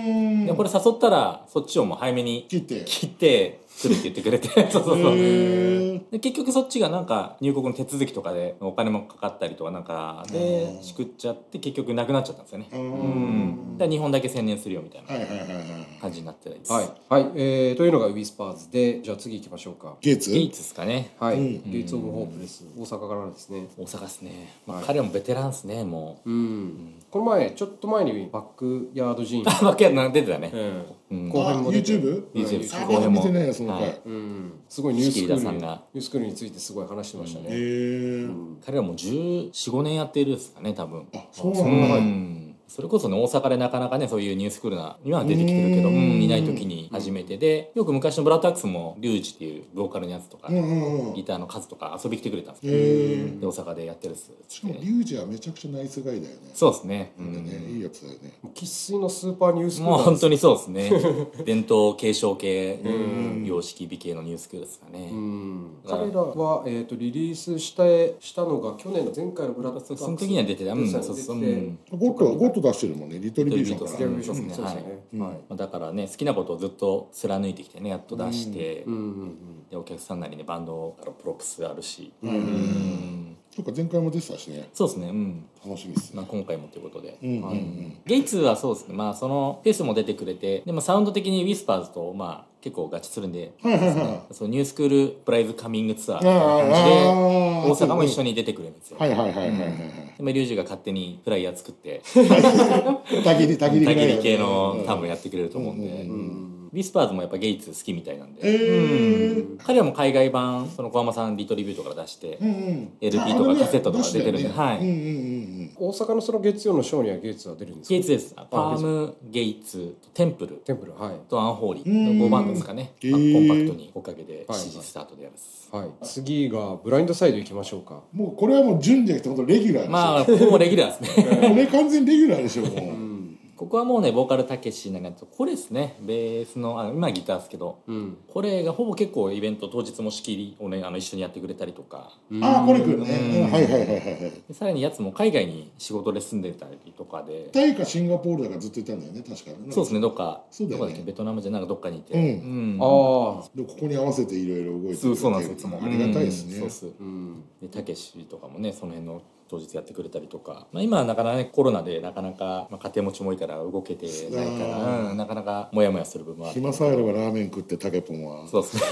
C: でこれ誘ったらそっちをもう早めに
B: 切って
C: 切って来るって言ってくれてそうそうそう、
B: へー
C: で結局そっちがなんか入国の手続きとかでお金もかかったりとかなんかで
B: うん
C: しくっちゃって結局なくなっちゃったんですよね
B: うーん
C: うんだから日本だけ専念するよみたいな
B: はいはいはいはい
C: 感じになってないです、
A: はい、はいえー、というのがウィスパーズでじゃあ次行きましょうか
B: ゲーツ
C: ゲイツですかね
A: はい、
B: うん
A: ゲイツ・オブ・ホープです大阪からですね
C: 大阪ですね、まあ
A: はい
C: 彼らもベテランですねも
A: うん、この前ちょっと前にバックヤードジーン
C: うわけや出てたね、
A: ええ
C: うん
A: 後編も出て
B: YouTube?
A: うん
C: YouTube
B: あ
C: 後編も
B: 見てないよその回、
C: は
B: へ
C: い
A: うん、すごいニュースクール
C: 仕切りださ
A: に
C: ん
A: ニュ
C: が
A: ースクールについてすごい話してましたね、
B: え
C: 彼らも1415年やってるんですかね多分
B: あそう
A: そ
B: なん
A: な
B: の
A: 回
C: うんそれこそね大阪でなかなかねそういうニュースクールなには出てきてるけど
B: う
C: うんんいない時に初めてでよく昔のブラタックスもリュウジっていうボーカルのやつとか、
B: うんうんうん
C: ギターの数とか遊び来てくれたんです
B: へ
C: よ
B: え
C: で大阪でやってるっす
B: しかもリュウジはめちゃくちゃナイスガイだよね
C: そうですね、う
B: なんかね
C: ん
B: いいやつだよね
A: 生粋のスーパーニュースクール
C: もう
A: なんで
C: 本
A: すよ
C: 当にそうです
A: <laughs>
C: ね伝統継承系
A: うん
C: 様式美系のニュースクールですかね、
A: うん彼らは、えー、とリリースしたしたのが去年の前回のブラック
C: その時には出てた、うん、そうそう、う
A: 出てて
C: ん
B: ゴッドゴッド出してるもんねリトルビーション
C: リト
A: デ
B: か
A: ビ
B: ら
A: ューしますねそうですよね、
B: うん
A: はい
C: まあだからね好きなことをずっと貫いてきてねやっと出して、
A: うんうんうん
C: でお客さんなりにバンドからプロプスあるし、
B: うん
C: うん
B: とか前回も出てたしね
C: そうですねうん、
B: 楽しみっす
C: まあ、
B: ね
C: 今回もということで、
B: うんうんう
A: はい
B: ん
C: ゲイツはそうですねまあそのフェスも出てくれてでもサウンド的にウィスパーズとまあ結構合致するんで、
B: はいはいは
C: そうニュースクールプライズカミングツアー
B: い
C: みたいな感じで
B: あ
C: 大阪も一緒
B: に
C: に出てくれるんですよ、
B: <laughs> はいはいはいはいはいは
C: でもリュウジが勝手にフライヤー作って
B: いたぎりたぎり
C: た
B: ぐら
C: ぎ
B: い
C: り系の
B: うん
C: 多分やってくれると思うんで、
B: うんうんうん
A: うん
C: ウィスパーズもやっぱゲイツ好きみたいなんで、
B: え
C: うん彼らも海外版その小浜さんリトリビューとか出して、
B: うんうん、
C: LP
B: あ
C: とか
B: あのね
C: カセットとか出てるんで
B: 出したよね
C: はい
B: うんうん
A: 大阪のその月曜のショーにはゲイツは出るんですか
C: ゲイツですパームゲイツテンプル
A: テンプルはい
C: とアンホーリーの5番ですかね、
B: うん
C: まあ
B: へー
C: コンパクトにおかげで
A: はい
C: 7時スタートでやるっす、
A: はい、次がブラインドサイド行きましょうか。
B: うんもうこれはもう準じゃなくて本当レギュラーでしょ、
C: まあここもレギュラーですね <laughs>
B: これ完全にレギュラーでしょもう、
C: ここはもうねボーカルたけしながらこれですねベースのあ今はギターですけど
A: うん。
C: これがほぼ結構イベント当日も仕切りをねあの一緒にやってくれたりとか
B: ああこれくる
A: うん
B: ね、
C: うん
B: はいはいはいはいはい
C: でさらにやつも海外に仕事で住んでたりとかで
B: タイかシンガポールだからずっといたんだよね確かね
C: そうですねどっか
B: そうだ
C: ど
B: よね
C: こだっけベトナムじゃなんかどっかにいて、
B: う
A: ああ。
B: でここに合わせていろいろ動いてくれて
C: そうそうなんですよいつも
B: ありがたいですね、
C: うんそうっす
A: うん。
C: でたけしとかもねその辺の当日やってくれたりとか、まあ、今はなかなかねコロナでなかなか、まあ、家庭持ちも多いから動けてないから、
B: うん
C: うんなかなかモヤモヤする部分はある
B: 暇さえあればラーメン食ってタケポンは
C: そうですね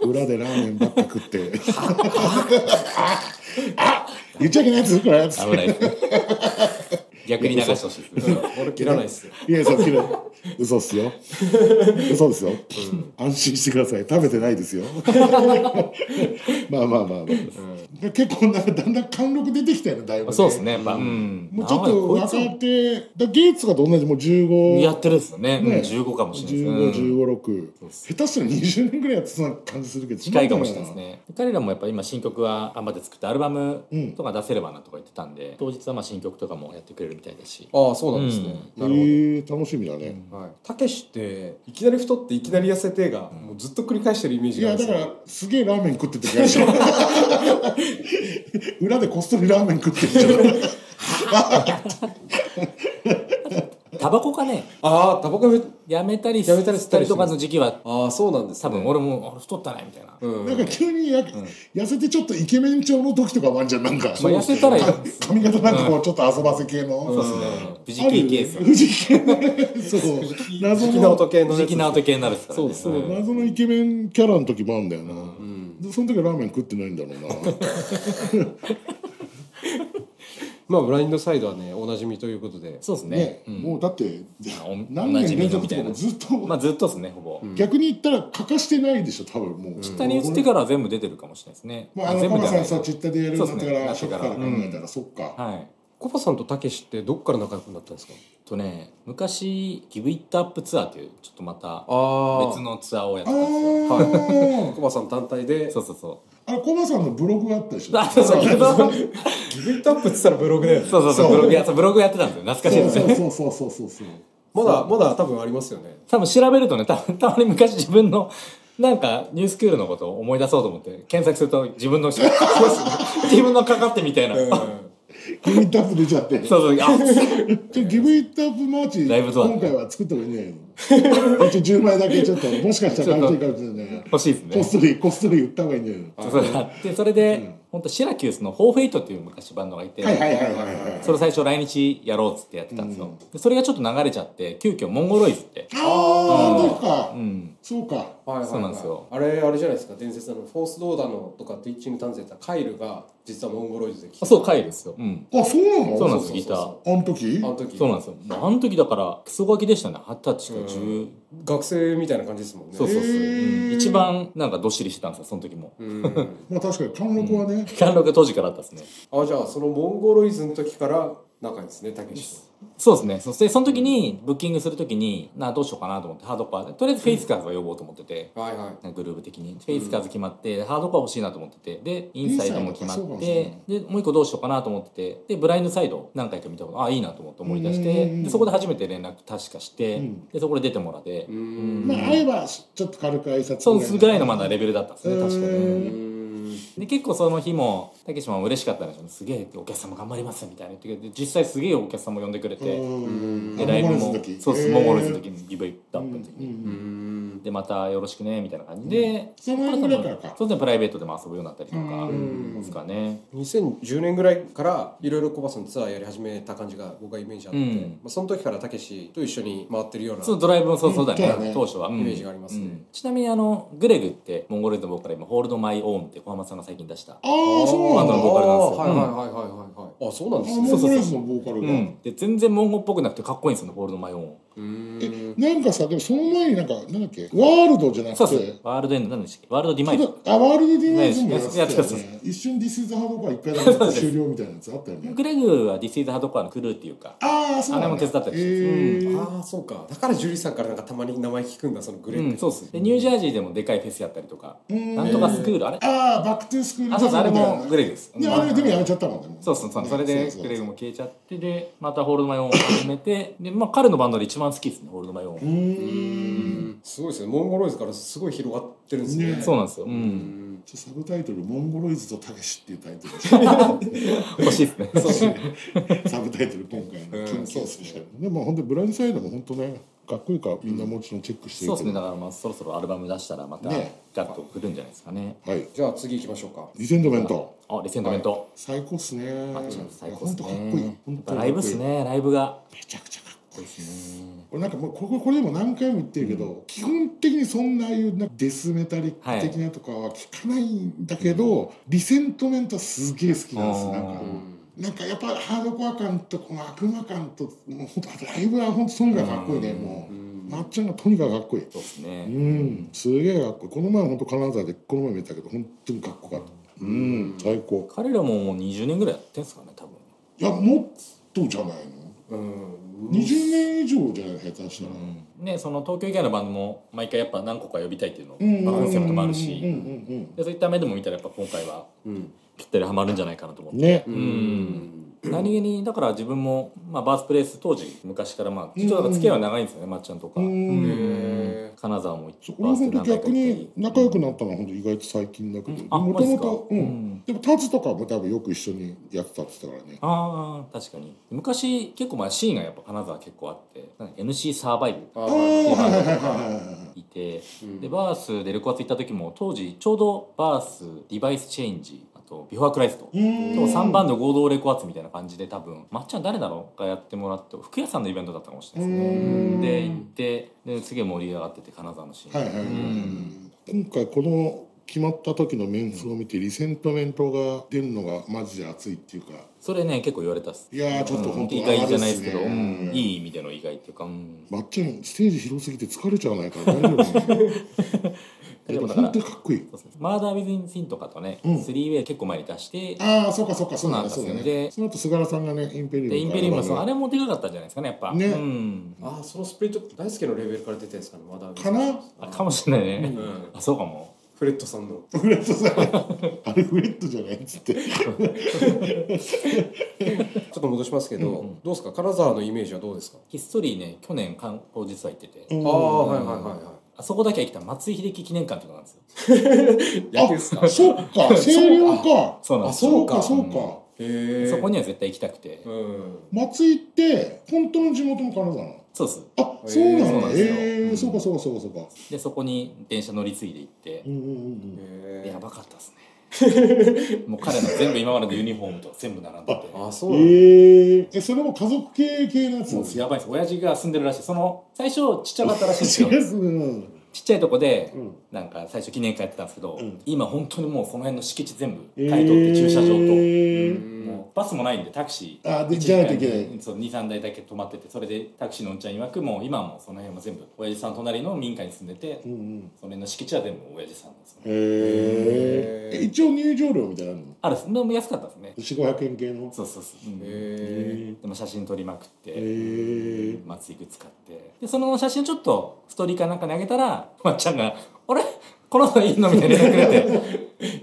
C: <laughs>
B: 裏でラーメンばっか食って <laughs> あ言っちゃいけないやつこれ
C: 危ない
B: <laughs>
C: ですね逆に流してほしいですね
A: 俺切らないっすよ。
B: いやそう切る嘘っすよ嘘ですよ、安心してください食べてないですよ <laughs> まあまあまあ、まあ、結構なんかだんだん貫禄出てきたよねだいぶ、ね、
C: そうですねやっぱうん
B: もうちょっ
C: あ
B: と
C: こいつ
B: 若手だゲイツがどんなじもう15
C: やってるっすよね
B: ね
C: うん、15かもしれないですね
B: 15、
C: う
B: 15、
C: ん
B: 6下手したら20年ぐらいやってそうな感じするけど
C: 近いかもしれないですね彼らもやっぱ今新曲は頑張って作ってアルバムとか出せればなとか言ってたんで、当日はまあ新曲とかもやってくれるみたいだし
A: ああ、そうなんですね。
B: そ
A: なん
B: んなだよな
A: る
B: えー楽しみだね、
A: ほど。はい。たけしって、いきなり太って、いきなり痩せてが、もうずっと繰り返してるイメー
B: い
A: ジがあ
B: や
A: るん
B: だ
A: です
B: か
A: よ。
B: らすげえラーメン食っててくれる <laughs> 裏でこっそりラーメン食ってるじゃん
C: タバコがね
A: ああタバコめ
C: やめたり
A: やめたり
C: 吸ったりとかの時期は
A: ああそうなんです、
C: 多
A: ね、
C: 分俺もあ太ったねみたいな、
A: うん
B: なんか急にや、痩せてちょっとイケメン調の時とかもあんじゃんなんか、
C: まあ痩せたらいい
B: か髪型なんかこうちょっと遊ばせ系の、
C: そうですね富士系ケース
B: 富士系のねそう謎
A: 好きな
B: の
A: 音系の
C: 藤木直人系になるっすからね
A: そうです
B: そう謎のイケメンキャラの時もあるんだよな、でその時はラーメン食ってないんだろうな
A: まあブラインドサイドはねおなじみということで
C: そうですね
B: ね、
C: うん
B: もうだって
C: お
B: 何年連続とかもずっと、
C: まあずっとですねほぼ、
B: 逆に言ったら欠かしてないでしょ多分もう
C: 下に移ってからは全部出てるかもしれないですね、
B: まあ、あの
C: 全部
B: 浜
C: ではな
B: さん
C: い
B: さちったでやるようになってから初
C: そう
B: 期
C: ですね
B: から考えたら、そっか、
C: はい
A: コパさんとたけしってどっから仲良くなったんですか
C: とね昔ギブイットアップツアーっていうちょっとまた
A: あ
C: 別のツアーをやっ
B: あ
C: てたんですよ
B: ー
A: コバさん単体で
C: そうそうそ
B: あれコバさんのブログがあったでし
C: う
B: ょ
C: あそうそうギブアップ
A: ギブイットアップって言ったらブログだよね
C: そうそうそうブログやそうブログやってたんですよ懐かしいですね
B: そうそうそうそうそうそう
A: まだまだ多分ありますよね
C: 多分調べるとねたたまに昔自分のなんかニュースクールのことを思い出そうと思って検索すると自分の自分のかかってみたいな、
A: うん
C: あ
B: ギブイットアップ出ちゃって
C: そうそうあ
B: ちょギブイットアップマーチ
C: ライブドア
B: 今回は作った方がいいんじゃないの一応10枚だけちょっともしかしたら関係かもしれないから
C: 欲しいですね
B: こっそりこっそり売った方がいいんじゃないの
C: そうそうあってそれで、本当シラキュースの「フォーフェイト」っていう昔バンドがいて、
B: はいはいはいはいはい
C: それを最初来日やろうっつってやってたんですよ、でそれがちょっと流れちゃって急遽モンゴロイズって、
B: ああどうか
C: うん、
B: そうか
A: はいはいはい
C: そうなんですよ
A: あれあれじゃないですか伝説のフォースドーダのとかティーチング探偵やったカイルが実はモンゴロイズで来
C: あ
A: て
C: そう回ですよ、うん、
B: あそうなの
C: そうなんで
A: そうそうそう
C: すギター
B: あの時
A: あの時
C: そうなんですよもうあの時だからクソガキでしたね二十歳とか10、
A: 学生みたいな感じですもんね
C: そうそうそう、
B: へー
C: うん一番なんかどっしりしてたんですよその時も
A: うん
B: まあ確かに貫禄はね
C: 貫禄が当時からあったですね
A: あじゃあそのモンゴロイズの時から仲いいですねたけしと
C: そうですねそしてその時にブッキングする時になあどうしようかなと思ってハードコアでとりあえずフェイスカーズは呼ぼうと思ってて、
A: はいはい
C: なんかグループ的にフェイスカーズ決まって、ハードコア欲しいなと思っててでインサイドも決ま
B: インサイドかそう
C: っ
B: かもしれ
C: てでもう一個どうしようかなと思っててでブラインドサイド何回か見たことあいいなと思って思い出
B: う
C: し
B: んうんうん
C: てでそこで初めて連絡確かして、
B: うん
C: でそこで出てもらって、
A: うーん
B: まあ会えばちょっと軽く挨拶
C: そのぐらいのまだレベルだったんですね
B: うん
C: 確か
A: う
C: に。
A: ーん
C: で結構その日もたけしも嬉しかったんでしょうねすげえお客様頑張りますみたいな言ってくれて実際すげえお客さんも呼んでくれ
B: う
C: て
B: ん
C: で
B: あ
C: ライブ
B: モモ
C: も
B: ルズの時
C: そうです
B: へー
C: モンゴルズの時にギブイップアップの時
B: うんう
C: に
A: うー
B: ん
A: ん
C: でまたよろしくねみたいな感じで
B: その辺ぐらいからか
C: そうですねプライベートでも遊ぶようになったりとか
A: うん
C: ですかね
A: 2010年ぐらいからいろいろコバさんのツアーやり始めた感じが僕はイメージあって、
C: うん
A: まあ、その時からたけしと一緒に回ってるような
C: そのドライブもそうそうだね,、
B: うん
C: 当初は、うん
A: イメージがありますね
C: うんちなみにあのグレグってモンゴルズのボーカル今「ホールドマイオーン」って小浜さんが最近出した
B: ああそうなん
C: バ
B: だ
C: ンドのボーカルなんですよ
A: あーはいはいはいはいはい、はいあそうなんです
B: あ
A: ね
B: モンゴルズのボーカル
C: う
B: が、
C: ん、で全然モンゴルっぽくなくてかっこいいんですよね「ホールドマイオーン
A: うー
B: え
A: ん
B: なんかさでもその前になんかなんだっけワールドじゃな」
C: そう
B: く
C: そう
B: て
C: ワールドエンド何でしたっけワールドディマイズ
B: あワールドディナイズもやって
C: や
B: た
C: って
B: よ
C: た
B: ね一瞬「ディスイズハードコア」一回だけ終了みたいなやつあったよね
C: グレグは「ディスイズハードコア」のクルーっていうか
B: ああそうなんだ
C: あれも手伝ったりして
B: へー
A: ああそうかだからジュリーさんからなんかたまに名前聞くんだそのグレ
C: う
A: ー
C: ん、そうっすでニュージャージーでもでかいフェスやったりとか
B: うん
C: なんとかスクールあれ
B: ああバックトゥースクール
C: あそうそうあれもグレ
B: グ
C: グです
B: ねあれでもやめちゃったもんね
C: そうそうそう、
B: ね
C: それで
B: そう
C: グレグも消えちゃってでまた「ホールドマイオーン」を始めてで、まあ、彼のバンドで一番好きですね「ホールドマイオーン」
B: うーん
A: すごいですねモンゴロイズからすごい広がってるんですね
B: ね
C: そうなんですよ、うん、
A: ん
B: ちょサブタイトル「モンゴロイズとたけし」っていうタイトル
C: 欲しい
B: <laughs>
C: ですね
B: サブタイト
C: <laughs>
B: ル今回の「キュンキュンスペシャル
A: う」
B: でも本当ブラインドサイドも本当ねかっこいいからみんなもちろんチェックして
C: そう
B: る
C: で
B: け
C: すねだ
B: ど
C: からまあそろそろアルバム出したらまた
B: ね
C: ガッとくるんじゃないですかね
B: はい
A: じゃあ次行きましょうか
B: リセンドメント
C: あレセンドメント、
B: 最高っすね
C: あっちも最高っ
B: 本
C: す
B: 当かっこいい
C: ねや
B: 本
C: っ
B: 当
C: ぱライブっすねライブが
B: めちゃくちゃかっこいいですね。俺なんかもうこここれでも何回も言ってるけど、基本的にそんなああいうなんかデスメタリック的なとかは聞かないんだけど、リセントメントはすげえ好きなんです
C: あー
B: なんか
C: う。
B: なんかやっぱハードコア感とこの悪魔感ともうほんとライブは本当とにかくかっこいいね、もう、まっちゃんがとにかくかっこいい
C: そうですね、
B: うんすげえかっこいいこの前本当金沢でこの前見たけど本当にかっこよかったうん最高
C: 彼らももう20年ぐらいやってんすかね多分
B: いやもっとじゃないの
A: うん
B: 20年以上じゃない下手したら、
C: ねその東京以外のバンドも毎回やっぱ何個か呼びたいっていうの、
B: うんうんうん
C: まあコンセプトもある
B: うんう
C: し、
B: ん
C: でそういった目でも見たらやっぱ今回は
A: うん
C: ぴったりハマるんじゃないかなと思っ
B: うん
C: て、
B: ね
A: う
C: うん
A: ん
C: 何気にだから自分も、まあ、バースプレイス当時昔からまあちょっとなんか付き合いは長いんですよね、まっちゃんとか、
B: うん
A: へ
C: 金沢も行って
B: そう
C: バ
B: 俺
C: ース
B: 本
C: で
B: 当
C: 何回か
B: 逆
C: 行っ
B: に
C: たり
B: 仲良くなったのは本当意外と最近だけ
C: うん
B: ど
C: あ
B: もとも
C: マ
B: とう
C: ジですかうん
B: んでもタズとかも多分よく一緒にやってたって言ってたからね
C: ああ確かに昔結構まあシーンがやっぱ金沢結構あってなんか NC サーバイブ
A: あ
B: ああ
A: ー
B: ーはいはいはい <laughs>
C: いて、
A: うん
C: でバースでレコアツ行った時も当時ちょうどバースディバイスチェンジあとビフォアクライスト
B: はい
C: と
B: はい
C: 3バンド合同レコアツみたいな感じで多分まっちゃん誰だろうがやってもらって服屋さんのイベントだったかもしれないですね。で行ってですげえ盛り上がってて金沢のシーン、
B: はいはいはい
C: うん
B: 今回この決まった時のメンツを見てリセントメントが出るのがマジで熱いっていうか
C: それね結構言われたっす
B: いやーちょっと
C: うん
B: 本当
C: 意外じゃないですけど、
B: あれっすね
C: うんいい意味での意外っていうか、うん
B: まっちゃんステージ広すぎて疲れちゃわないから大丈夫ね
C: <laughs> で
B: で
C: も
B: も
C: だから
B: 本当にかっこいい
C: そうですねマーダー・ウィズ・イン・シンとかとね、
B: うん
C: スリーウェイ結構前に出して
B: ああそうかそうかそうなんだ
C: そ
B: そうう
C: な
B: だ
C: んですよ
B: ね
C: で
B: その後菅原さんがねインペリウム
C: でインペリウムさんあ
B: れ
C: れもでかかったんじゃないですかねやっぱ、
B: ね
C: うん
A: あーそのスプリット大輔のレベルから出てるんですかねまだ
B: かな
C: あかもしれないね、
A: うん
C: あそうかも
A: フレットさんの
B: フレットさんあれフレットじゃないっつ
C: <laughs>
B: って
A: ちょっと戻しますけど、
C: うんうん
A: どうですか金沢のイメージはどうですか、
C: ひっそりね去年観光実は行ってて、
B: うん
A: ああはいはいはいは
C: あそこだけは来た松井秀喜記念館ってとこなんですよ
A: い野球ですか
B: あそ
C: <laughs>
B: っか星稜か
C: そうなん
A: あ
C: ですよ
B: そうかそうか
A: へえ
C: そこには絶対行きたくて、
A: うん
B: 松井って本当の地元の金沢なの
C: そうです
B: あそうなんだ
C: へーそうなんですよ
B: え
C: う
B: え
C: ん
B: そうかそうかそうかそうか
C: でそこに電車乗り継いで行って
B: う、んうんうんうん
A: へえ
C: やばかったですね <laughs> もう彼の全部今までのユニフォームと全部並んで <laughs> て
A: あそうなんだ
B: えええそれも家族系系のやつ
C: もうやばいです親父が住んでるらしいその最初ちっちゃかったらしい
B: <laughs>
C: ん <laughs> ですよ
B: 違ううん
C: ちっちゃいとこで
B: うん
C: なんか最初記念会やってたんですけど、
B: うん
C: 今本当にもうその辺の敷地全部買い取って駐車場と、
B: えー
C: もうバスもないんでタクシー
B: あでじゃないといけない
C: そう23台だけ止まっててそれでタクシーのおんちゃん曰くもう今はもうその辺も全部親父さん隣の民家に住んでて、
B: う
C: その
B: んうん
C: 辺の敷地は全部親父さんです、ね
A: へー
B: へえ一応入場料みたいなのあるの
C: あるですでも安かったですね
B: 4500円系の
C: そうそうそう、うん
A: へえ
C: でも写真撮りまくって、
B: へえ
C: 松井グ使ってでその写真をちょっとストーリーかなんかにあげたら <laughs> まっちゃんが「あれこの人いいの?」みたいな連絡
B: <laughs>
C: くれて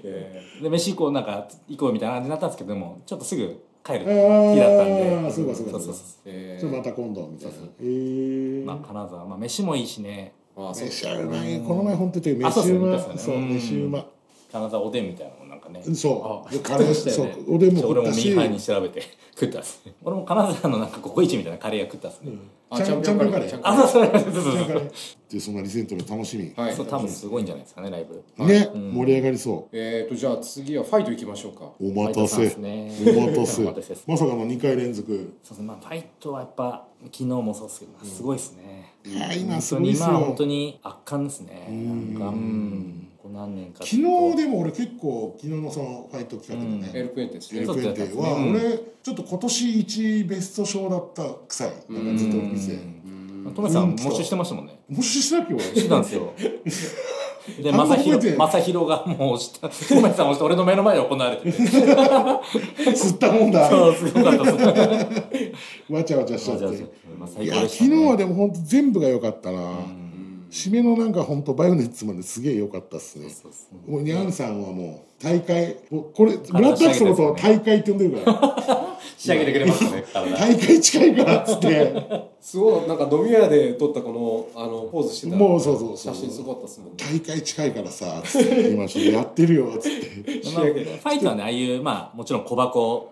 A: え
C: で飯行こうなんか行こうみたいな感じになったんですけどでもちょっとすぐ帰る
B: あ
C: 日
B: あ
C: だったんで
B: そうかそうか
C: そうそ
B: そ
C: うそ
A: え
B: じゃあまた今度みたいな
C: そう
B: へえ
C: うまあ金沢、まあ、飯もいいしね
A: あそう
B: 飯うまいこの前本当に
C: あそう
B: 飯
C: そう
B: う
C: 言
B: ま
C: ってたっす
B: そ
C: よ
B: う
C: ね
B: 飯うま
C: 金沢おでんみたいなのもなんかね
B: そう
A: あカレーでした
B: そ
A: よ
B: う
A: ね
B: 俺も
C: そう
B: 食
C: 俺
B: っ
C: も
B: た
C: ミ
B: し
C: ーハイに調べて <laughs> 食ったっすね俺も金沢のなんかココイチみたいなカレー屋食ったっすね、
A: あ
B: チャンチャンピオンカレー
A: チャンピオンカ
C: あそうそうそうそうそう
B: でそんなリセントの楽しみ
A: はい
C: そう多分すごいんじゃないですかねライブ
B: ね盛り上がりそう
A: えーとじゃあ次はファイトいきましょうか
B: お
C: ファイ
B: 待
C: ト
B: た
C: さんで
B: せ
C: すね
B: お待たせ
C: お待たせです
B: まさかの2回連続
C: そうですねまあファイトはやっぱ昨日もそうですけど、すごいですね
B: いやー
C: 本
B: 今す
C: 当
B: ごい
C: に
B: っ
C: 今
B: す
C: は本
B: よ
C: 当に圧巻ですねなんかうんここ何年か
B: 昨日でも俺結構昨日のそのファイト企画で
A: エ
B: ね
A: ルプエンテですね
B: エル
C: そ
B: プ
C: う
B: エンテは
C: うん
B: 俺ちょっと今年一ベスト賞だった臭いなんかずっと見てて
A: うん
C: トメさん募集してましたもんね
B: もししたっけ
C: して
B: 俺
C: たんで
B: <laughs>
C: すよで
B: あんま
C: 正
B: 覚えて
C: 宏正宏がもう押したトメさん押して俺の目の前で行われてて
B: 吸ったもんだ
C: そうすごかったですね
B: わちゃわちゃしちゃ
C: ま
B: っ
C: あ
B: て
C: じゃあまあ
B: い
C: 最
B: や
C: 高でした
B: 昨
C: ね
B: 日はでも本当全部が良かったな
A: うん
B: 締めのなんか本当バイオネッツまですげえ良かったっすね
C: そうそう
B: もうニャンさんはもう大会もうこれ村田さんのことを大会って呼んでるから
C: 仕上げてくれました
A: <laughs>
C: ね体
B: 大会近いからっつって
A: すごいなんか飲み屋で撮ったこのあのポーズしてた
B: もうそうそうそう
A: 写真すごかったっすもんね
B: 大会近いからさつって今ちょっとやってるよつって
A: 仕
C: まあ
A: 上
C: フ
A: げて
C: ァイトはねああいうまあもちろん小箱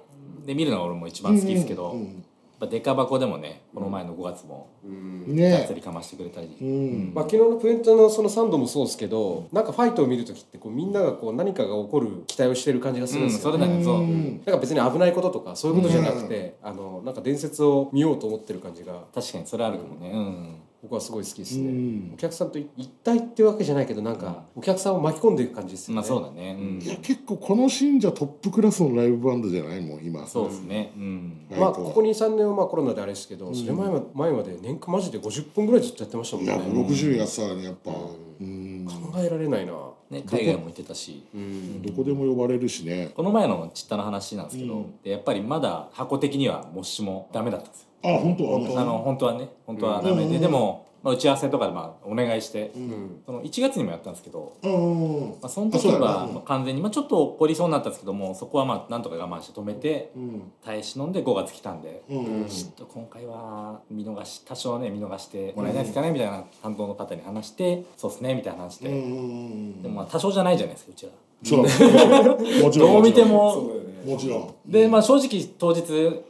C: で見るのが俺も一番好きですけど、
B: うん
C: やっぱデカ箱でもねこの前の5月も
A: うん
C: がっ
B: ね
C: つりかましてくれたり、
B: うん
A: まあ、昨日のプエントのそのサンドもそうですけどなんかファイトを見るときってこうみんながこう何かが起こる期待をしてる感じがするん
C: うん
A: ですよ、
C: それ
A: ね
C: だねそう、
B: うん
A: なんか別に危ないこととかそういうことじゃなくて、あのなんか伝説を見ようと思ってる感じが
C: 確かにそれあるかもね、うん、
A: 僕はすごい好きですね、
B: うん
A: お客さんと一体ってわけじゃないけどなんかお客さんを巻き込んでいく感じですよね、
C: まあそうだね、う
B: いや
C: ん、
B: 結構この信者トップクラスのライブバンドじゃないもん今
C: そうですね、うん、
B: だ
A: まあ、ここ23年はまあコロナであれですけど、それ前ま前まで年間マジで50本ぐらいずっとやってましたもん
B: い
A: ね、
B: やもう60やってたらねやっぱうん
A: 考えられないな、
C: ね海外も行ってたし
A: うん、
B: どこでも呼ばれるしね
C: この前のちったの話なんですけど、
B: うん
C: でやっぱりまだ箱的にはもしもダメだったんですよ
B: あ本当
C: あの本当はね本当はダメで、
B: うん
C: でもまあ、打ち合わせとかでまあお願いして、
A: うん
C: その1月にもやったんですけど、
B: うん
C: まあ、その時
B: あそうだ
C: は
B: ねうん
C: まあ完全に、まあ、ちょっと怒りそうになったんですけどもそこはまあなんとか我慢して止めて
B: うん
C: 耐え忍んで5月来たんで、
B: うん
C: ちょっと今回は見逃し多少ね見逃してもらえないですかねみたいな担当の方に話してそうですねみたいな話して、
B: うん
C: でもまあ多少じゃないじゃないですかうちら <laughs>
B: そうもちろん
C: どう見て
A: そう
C: も
A: だよね
B: もちろん
C: でまあ正直当日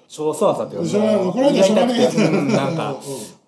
C: 小そわさっていう
B: それは怒られた
C: 胃
B: らしょう
C: が
B: がね
C: 痛くてうん
B: え
C: なんか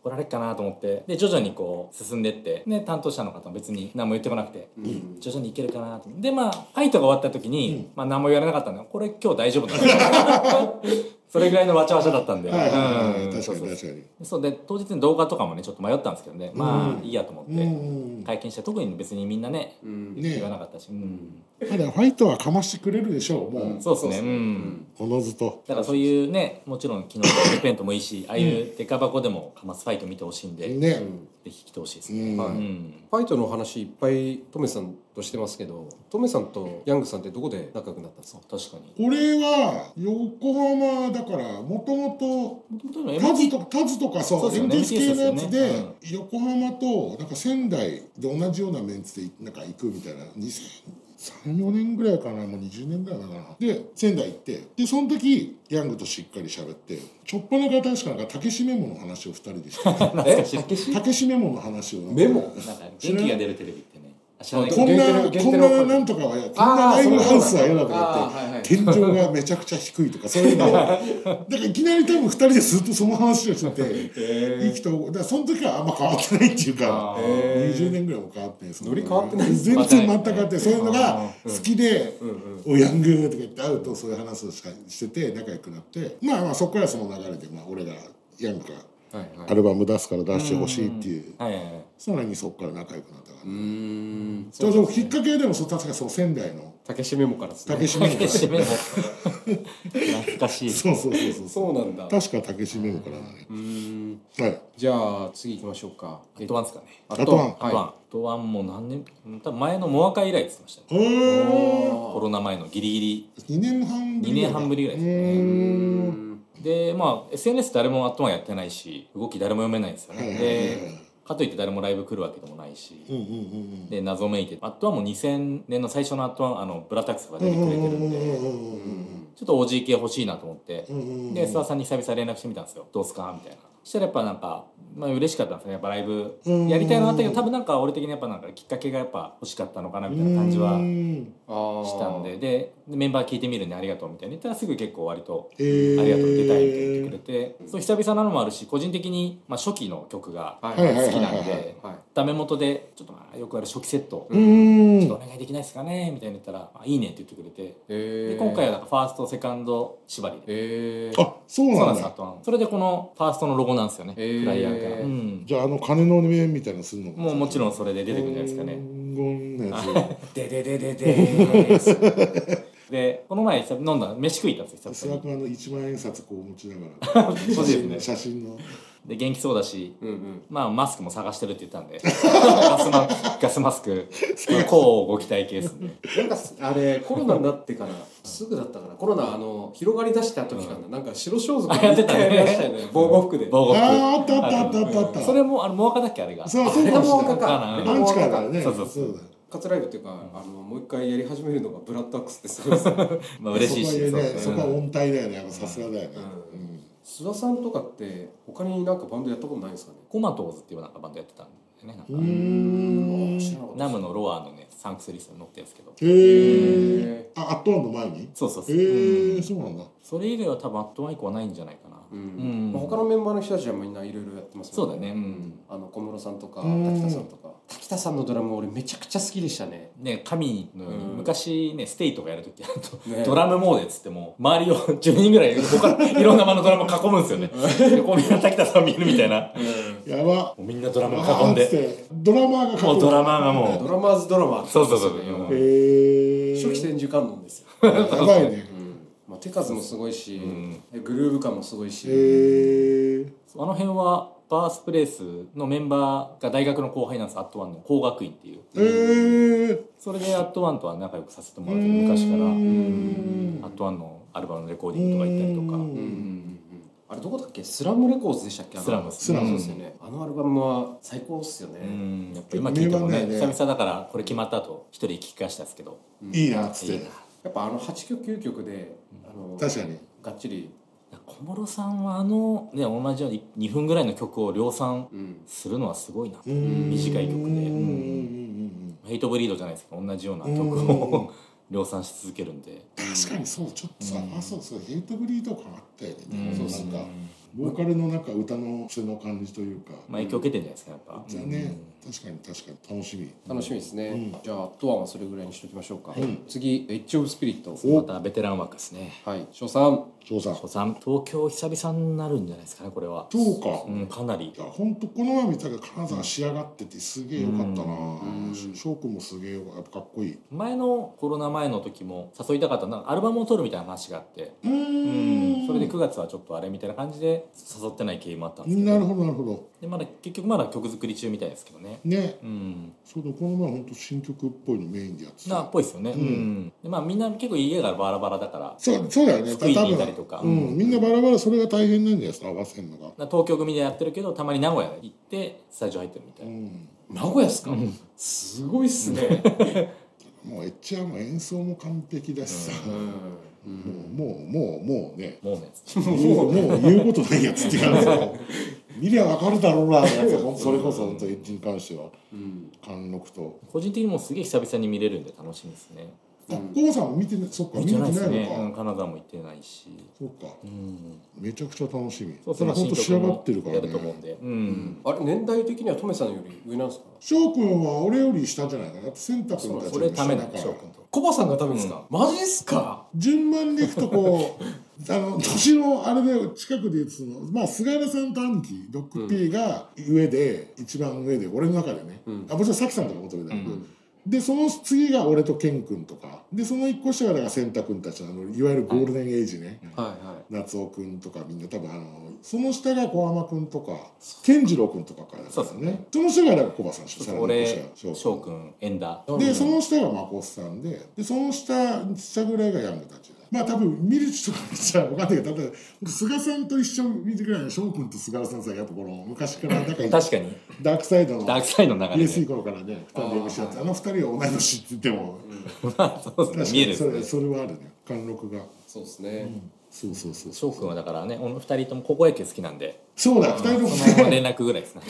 C: 怒られっかなと思ってで徐々にこう進んでってで担当者の方も別に何も言ってこなくて
A: うん
C: 徐々にいけるかなと思ってでまあファイトが終わった時に、まあ、何も言われなかったんでこれ今日大丈夫だな <laughs> それぐらいのわちゃわちゃだったんで、
B: はいはいはい
C: うん
B: 確か
C: そうそう
B: に確かに
C: そうで当日の動画とかもねちょっと迷ったんですけどねま
B: うん
C: あいいやと思って、
B: うん
C: 会見して特に別にみんなね
A: うん
B: ね
C: 言わなかったし、うん
B: まだファイトはかましてくれるでしょうもう
C: そうです
A: そう
C: ね
A: っす
C: う
A: ね
C: ん
B: おのずと
C: だからそういうねもちろん昨日のルペントもいいしああいうデカ箱でもカマスファイト見てほしいんで、ぜ
B: ね
C: ひ来てほしいです
B: う
C: ね、
B: ん
A: はい
C: うん
A: ファイトの話いっぱいトメさんとしてますけどトメさんとヤングさんってどこで仲良くなったんですか
C: 確かに
B: 俺は横浜だからもともと
C: もともとの
B: タズ
C: MT
B: とタズとかそ
C: そううですよね
B: MTS 系のや
C: MTS
B: つ
C: ですよ
B: で
C: ね
B: 横浜となんか仙台で同じようなメンツでなんか行くみたいな2034年ぐらいかなもう20年ぐらいかなで仙台行ってでその時ヤングとしっかり喋ってちょっぱなから確かなんか竹しメモの話を2人でして
C: <laughs> 懐かしいなんか
B: 竹しメモの話をなんか
A: メモ
C: 元気が出るテレビってねあ知らないけ
B: こ
C: ど
B: んな
A: 限定の
B: こんななんとかはやこんなライブハウスは嫌だと
A: あー
B: か
A: そうなんだ
B: 言って天井がめちゃくちゃ低いとかそういうのをだからいきなり多分2人でずっとその話をしてて意気投合だからその時はあんま変わってないっていうか
C: あー
B: 20年ぐらいも変わってないその
A: ノリ変わってない
B: 全然全く変わってないそういうのが好きで
A: うん
B: 「おヤング」とか言って会うとそういう話をしかしてて仲良くなってまあまあそこからその流れでまあ俺がヤングが
A: うんはいはい
B: アルバム出すから出してほしいっていう
C: はいはいはい
B: さらにそこから仲良くなったから
A: うーん
B: そうそうきっかけはでもそう確かそう仙台の
A: たけしメモからです
B: 竹
A: ね
B: 島
C: 竹締めも懐かしい
B: そうそうそうそう
A: そうなんだう
B: 確か竹島からだね
A: ーん
B: はい
A: じゃあ次行きましょうか
C: アットワンですかね
A: あ
B: ットワン
C: アットワンア
A: は
C: ットワンもう何年多分前のモアカ以来って言ってましたね
B: へえ
C: コロナ前のギリギリ
B: 2年半ぶり
C: 2年半ぶりぐらいですね
B: う
A: い
B: ん
A: うん
C: でまあ SNS 誰もアットマンやってないし動き誰も読めないんですよ
B: はい
C: ね
B: はいはい
C: でかといって誰もライブ来るわけでもないし
B: うんうんうん
C: で謎めいてアットワンも2000年の最初のアットワンあのブラタックスが
B: う
C: 出
B: ん
C: て
B: う
C: く
B: ん
C: れ
B: う
C: てる
B: んうんう
C: ん
B: ん
C: で
B: うん
C: ちょっと OG 系欲しいなと思って
B: うんうん
C: で諏訪さんに久々連絡してみたんですよ「どうすか?」みたいなそしたらやっぱなんかまあ嬉しかったんですねやっぱライブやりたいなってけど多分なんか俺的にやっぱなんかきっかけがやっぱ欲しかったのかなみたいな感じは
B: うん
A: あー
C: したんでででメンバー聞いてみるねありがとうみたいな言ったらすぐ結構割と
B: えー
C: ありがとう出たいって言ってくれて、そう久々なのもあるし個人的に、まあ、初期の曲が好
A: はい
B: はいはい
A: はい
C: きな
B: は
C: ん
B: いはい
C: で
A: はい
C: ダメ元でちょっとまあよくある初期セット、
B: う
C: ち
B: ん
C: ょっとお願いできないですかねみたいな言ったら「あいいね」って言ってくれて、
A: え
C: で今回はなんかファーストセカンド縛りで、
A: えー
B: あそう
C: そうな
B: なんん
C: ですあ
B: だ
C: とはそれでこのファーストのロゴなんですよね、
A: へー
C: フライヤーが、うん、
B: じゃああの鐘の上みたいなのするの
C: もうもち
B: ん
C: ろんそれで出てくるんじゃないですかね、
B: のやつ
C: でででででーでこの前久々飲んだ飯食い行ったんですよ
B: 諏
C: 久々
B: 訪
C: に
B: 君あの1万円札こう持ちながら
C: そうですね
B: 写真の
C: で元気そうだし
A: うんうん
C: まあマスクも探してるって言ったんでガスマガスマスクこうご期待系ですね
A: なんかあれコロナになってからすぐだったからコロナあの広がりだした時かな、なんか白装束
C: あやってたね
A: やりましたよね防護服で
C: 防護服
B: あーあったあったあったあったあった
C: それもあのモアカだっけあれが
B: そう
A: あ
B: そう
A: れ
B: か
A: がも
B: も
A: うか
B: しれない
A: か
C: あれが
B: アンチからだね
C: そうそう
B: そうだ
A: カツライブっていうか、あのもう一回やり始めるのがブラッドアックスってすごいですね
C: まあ嬉しいし
B: そこは,、ね、
C: そ
B: そうこは音体だよねやっぱさすがだよね、
A: うん
B: うん
A: 須田さんとかって他になんかバンドやったことないんですかね
C: コマトーズっていうなんかバンドやってたんでねなんか
B: うーん
A: あ知らなかった
C: ナムのロアのねサンクスリストに載ってるんですけど
B: へえあアットワンの前に
C: そうそうそう、
B: へ
C: う
B: え
C: ん
B: そうなんだ
C: それ以外は多分アットワン以降はないんじゃないかな
A: う
C: うんん、
A: まあ、他のメンバーの人たちはみんないろいろやってます
C: そうだねうん
A: あの小室さんとか
B: うん
A: 滝田さんとか滝田さんのドラム俺めちゃくちゃ好きでしたね
C: ね、神のように、
A: うん
C: 昔ねステイとかやるとき
A: ね
C: ドラムモーデっつっても周りを10人ぐらい他いろんな場のドラム囲むんですよね <laughs> でこうみんな滝田さん見るみたいな
B: やば
C: もうみんなドラム
B: あ
C: 囲ん
B: ー
C: で
B: てドラマーが
C: もうドラマーが
A: ド
C: も
A: ラマーズドラマーって
C: そうそうそう
A: ですよね
C: うん
B: へえ
A: 初期千手観音ですよ、
B: やばいね
A: まあ、手数もすごいし、
C: ん
A: グルーヴ感もすごいし、
B: へえ
C: うあの辺はバースプレイスのメンバーが大学の後輩なんですアットワンの工学院っていう
B: へえ
C: それでアットワンとは仲良くさせてもらってる昔から
B: うん
C: アットワンのアルバムのレコーディングとか行ったりとか
B: うん
A: うんうんうんあれどこだっけスラムレコーズでしたっけあの
C: スラム
B: スラム
A: そうですよね、あのアルバムは最高っすよね、
C: うんやっぱ今聞いても
B: 名
C: ね
B: 盤だよ
C: 久
B: ね
C: 々だからこれ決まった後一人聞き返したんですけど
B: いいなっつって
C: いいな
A: やっぱあの8曲9曲であの
B: 確かに
A: がっちり、
C: 小室さんはあの、ね、同じように2分ぐらいの曲を量産
A: うん、
C: するのはすごいな
B: うん
C: 短い曲で
B: うんうんうん
C: ヘイトブリードじゃないですけど同じような
B: うん
C: 曲を <laughs> 量産し続けるんで
B: うん確かにそうちょっとさ、
C: うん
B: あそうそうヘイトブリード感あったよね、
C: うん
B: そうなんかボーカルのなんか歌の癖の感じというか、
C: まあ影響受けてんじゃないですかやっぱ
B: じゃあね、確かに確かに楽しみ
A: 楽しみですね、
B: うん
A: じゃあトアンはそれぐらいにしときましょうか、
B: うん
A: 次エッジ・オブ・スピリット
C: うんまたベテラン枠ですね
A: はい翔さん
B: 翔さん
C: 小さん東京久々になるんじゃないですかねこれは
B: そうか、
C: うんかなり
B: いや本当この前見たけど金沢仕上がっててすげえよかったな
A: うん
B: 翔くんもすげえよかったかっこいい
C: 前のコロナ前の時も誘いたかったなんかアルバムを撮るみたいな話があって
B: うーん
C: それで9月はちょっとあれみたいな感じで誘ってない経緯もあったんですけど
B: なるほどなるほど
C: でまだ結局まだ曲作り中みたいですけどね
B: ね
C: うん
B: そうだこの前本当新曲っぽいのメインでやって
C: なっぽいですよね、
B: うん
C: でまあみんな結構家がバラバラだから
B: そうそうだよね
C: 福井にいたりとか
B: 多分うん、みんなバラバラそれが大変なんじゃないですか合わせるのが
C: な東京組でやってるけどたまに名古屋行ってスタジオ入ってるみた
B: う
C: いな、
B: ん
A: 名古屋っすか、すごいっすね、
B: もうエッチャーも演奏も完璧だしさ、
A: うん
B: もうもうもうもう
C: <laughs>
B: ね
C: <laughs> もうね
B: もうもう言うことないやつっていうかさ見りゃわかるだろうなってやつほんそれこそ本当エッチに関しては
A: うん
B: 貫禄と
C: 個人的にもうすげえ久々に見れるんで楽しみですね
B: あ
A: うん
B: 郷さんも見てないそっか
C: 行
B: 見
C: っ
B: て
C: てな
B: ないい
C: です
B: の
C: ね、うん、
B: か
C: カナダも行ってないし
B: そっか
C: うん
B: めちゃくちゃ楽しみ
C: そう
B: それ本当仕上がってるから
C: やると思う
B: ね
C: んでうん、
A: あれ年代的にはトメさんより上なんですか
B: 翔くんは俺より下じゃないかなだって選択
C: そう
B: の
C: それためなんで翔くんと
A: コバさんがダメですか、マジっすか
B: 順番でいくとこ
C: <laughs>
B: うあの年のあれで近くで言うとそのまあ菅原さんと兄貴ドッグ P が上で、一番上で俺の中でね、
A: うん
B: あもちろんさきさんとかもそれだけど、
C: うん
B: でその次が俺と健君とかでその一個下がだから千太君たちのあのいわゆるゴールデンエイジね、
A: はいはい
B: 夏男君とかみんな多分あのその下が小浜君とか健次郎君とかからだ
C: そう
B: か
C: です
B: ら
C: ね
B: ねその下がだから小葉さんでしょさらに一
C: 俺
B: 個下が
C: 翔くんエンダー
B: で、その下がマコスさんで、で、その下、下ぐらいがヤングたちだ。まあ多分、見る人からしたら分かんないけど、ただ、菅さんと一緒に見てくらいの翔くんと菅原さんさ、やっぱこの昔から仲いい、ダ
C: 確かに
B: ークサイドの、
C: ダークサイドの
B: イ
C: 流
B: エ
C: れ
B: スイ
C: で、
B: 頃からね、二人で MC やって、あの二人は同い年って言っても、
C: そうですね見える
B: そ
C: ん
B: れ、
C: ですね
B: それはあるね。貫禄が。
A: そうですね、
B: そうそうそう。
C: 翔くんはだからねお二人とも高校野球好きなんで
B: そうだ、二人とも
C: そのまま
B: ね、
C: 連絡ぐらいですね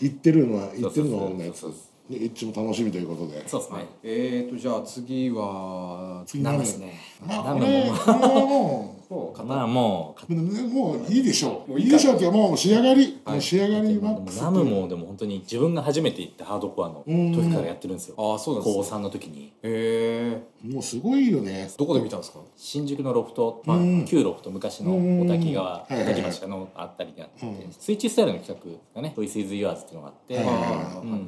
B: 言ってるのは、言ってるのは女やつ
C: そうそう。
B: で、エッチも楽しみということで。
C: そうですね
A: えーとじゃあ次は
B: 次
C: ダ
B: 何
C: メ
B: で
C: です
B: すね。
C: ね
B: まあ、
C: ダ
B: こ
C: メ
B: れ、
C: も
B: これはもう、
A: もう
C: うまあもう
B: もうもういいでしょう。
A: も
B: も
A: う
B: う
A: い
B: い
A: い
B: い
A: か
B: でしょうっていうかもう仕上がり、もう仕上がりマ
C: で
B: ッ
C: も
B: クス。
C: ナムもでも本当に自分が初めて行ったハードコアの
B: うん
C: 時からやってるんですよ
A: ああそうなんです
C: 高
A: ね
C: 3の時に
A: へえ
B: もうすごいよね。
A: どこで見たんですか
C: 新宿のロフト、まあ
B: うん
C: 旧ロフト昔の
B: うん
C: 小滝川
B: はいはい
C: 小
B: はい
C: 滝橋のあったりがあって、
B: うん
C: スイッチスタイルの企画がね「Voice is Yours」っていうのがあって、
B: はいはいはい
A: ー
C: うん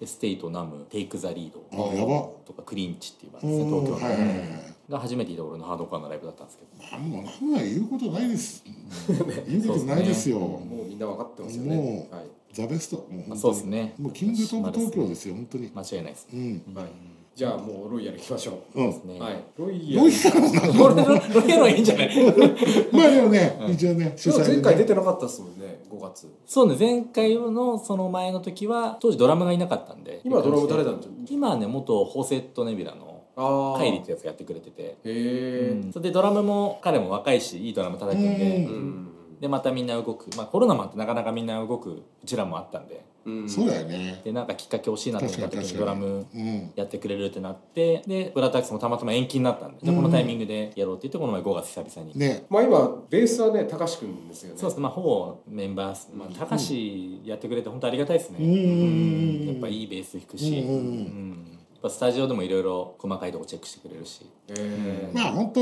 C: でステイトナム「テイク・ザ・リード
B: あ、やば。」
C: とか「クリンチ」っていうバン
B: う
C: ドです
B: ん、
C: ね東
B: はいはいは
C: 京の、
B: い。
C: が初めていた俺のハードコアのライブだったんですけど
B: あもうナムは言うことないです。言うことないですよ。
A: もうみんな分かってますよね
B: もう
A: はい
B: ザベスト。もう本当
C: まあ
B: に
C: そうです。ね
B: もうキングトップ東京ですよ、本当に。
C: 間違いないですね
B: うん。
A: はいじゃあもうロイヤル行きましょ
B: うん。
A: う
C: ね
A: はい
C: <laughs>
A: ロイヤ
B: どう <laughs>
A: ル
B: したの
C: これロケロいいんじゃない
B: まあでもね、一応ね、主
A: でも前
B: 催
A: 回
B: で
A: 出て
B: ね。
A: なかったですもんね5月
C: そうね前回のその前の時は当時ドラムがいなかったんで
A: 今ドラム誰なんで
C: 今はね元ホーセットネビラの
A: ああ
C: カイリってやつがやってくれてて、
A: へ
C: う
A: え
C: んそれでドラムも彼も若いしいいドラム叩くんで、
B: うん
A: うん
C: でまたみんな動く、まあ、コロナもあってなかなかみんな動くうちらもあったんで
A: うん
B: そうだよね。
C: でなんかきっかけ欲しいなと思った
B: 確か
C: 時
B: に確
C: にド
B: か
C: ラ
B: に
C: ム
B: うん。
C: やってくれるってなってでブラタックスもたまたま延期になったんででこのタイミングでやろうって言ってこの前5月久々に、
B: ね。
A: まあ今ベースはね高志くんですよね
C: そうですねまあほぼメンバーっす、まあ、高橋やってくれて本当ありがたいですね、
B: うんうんうんうん
C: やっぱいいベース弾くし、
B: うんうんうん
C: うんやっぱスタジオでもいろいろ細かいとこチェックしてくれるし
A: へえ
B: まあ本当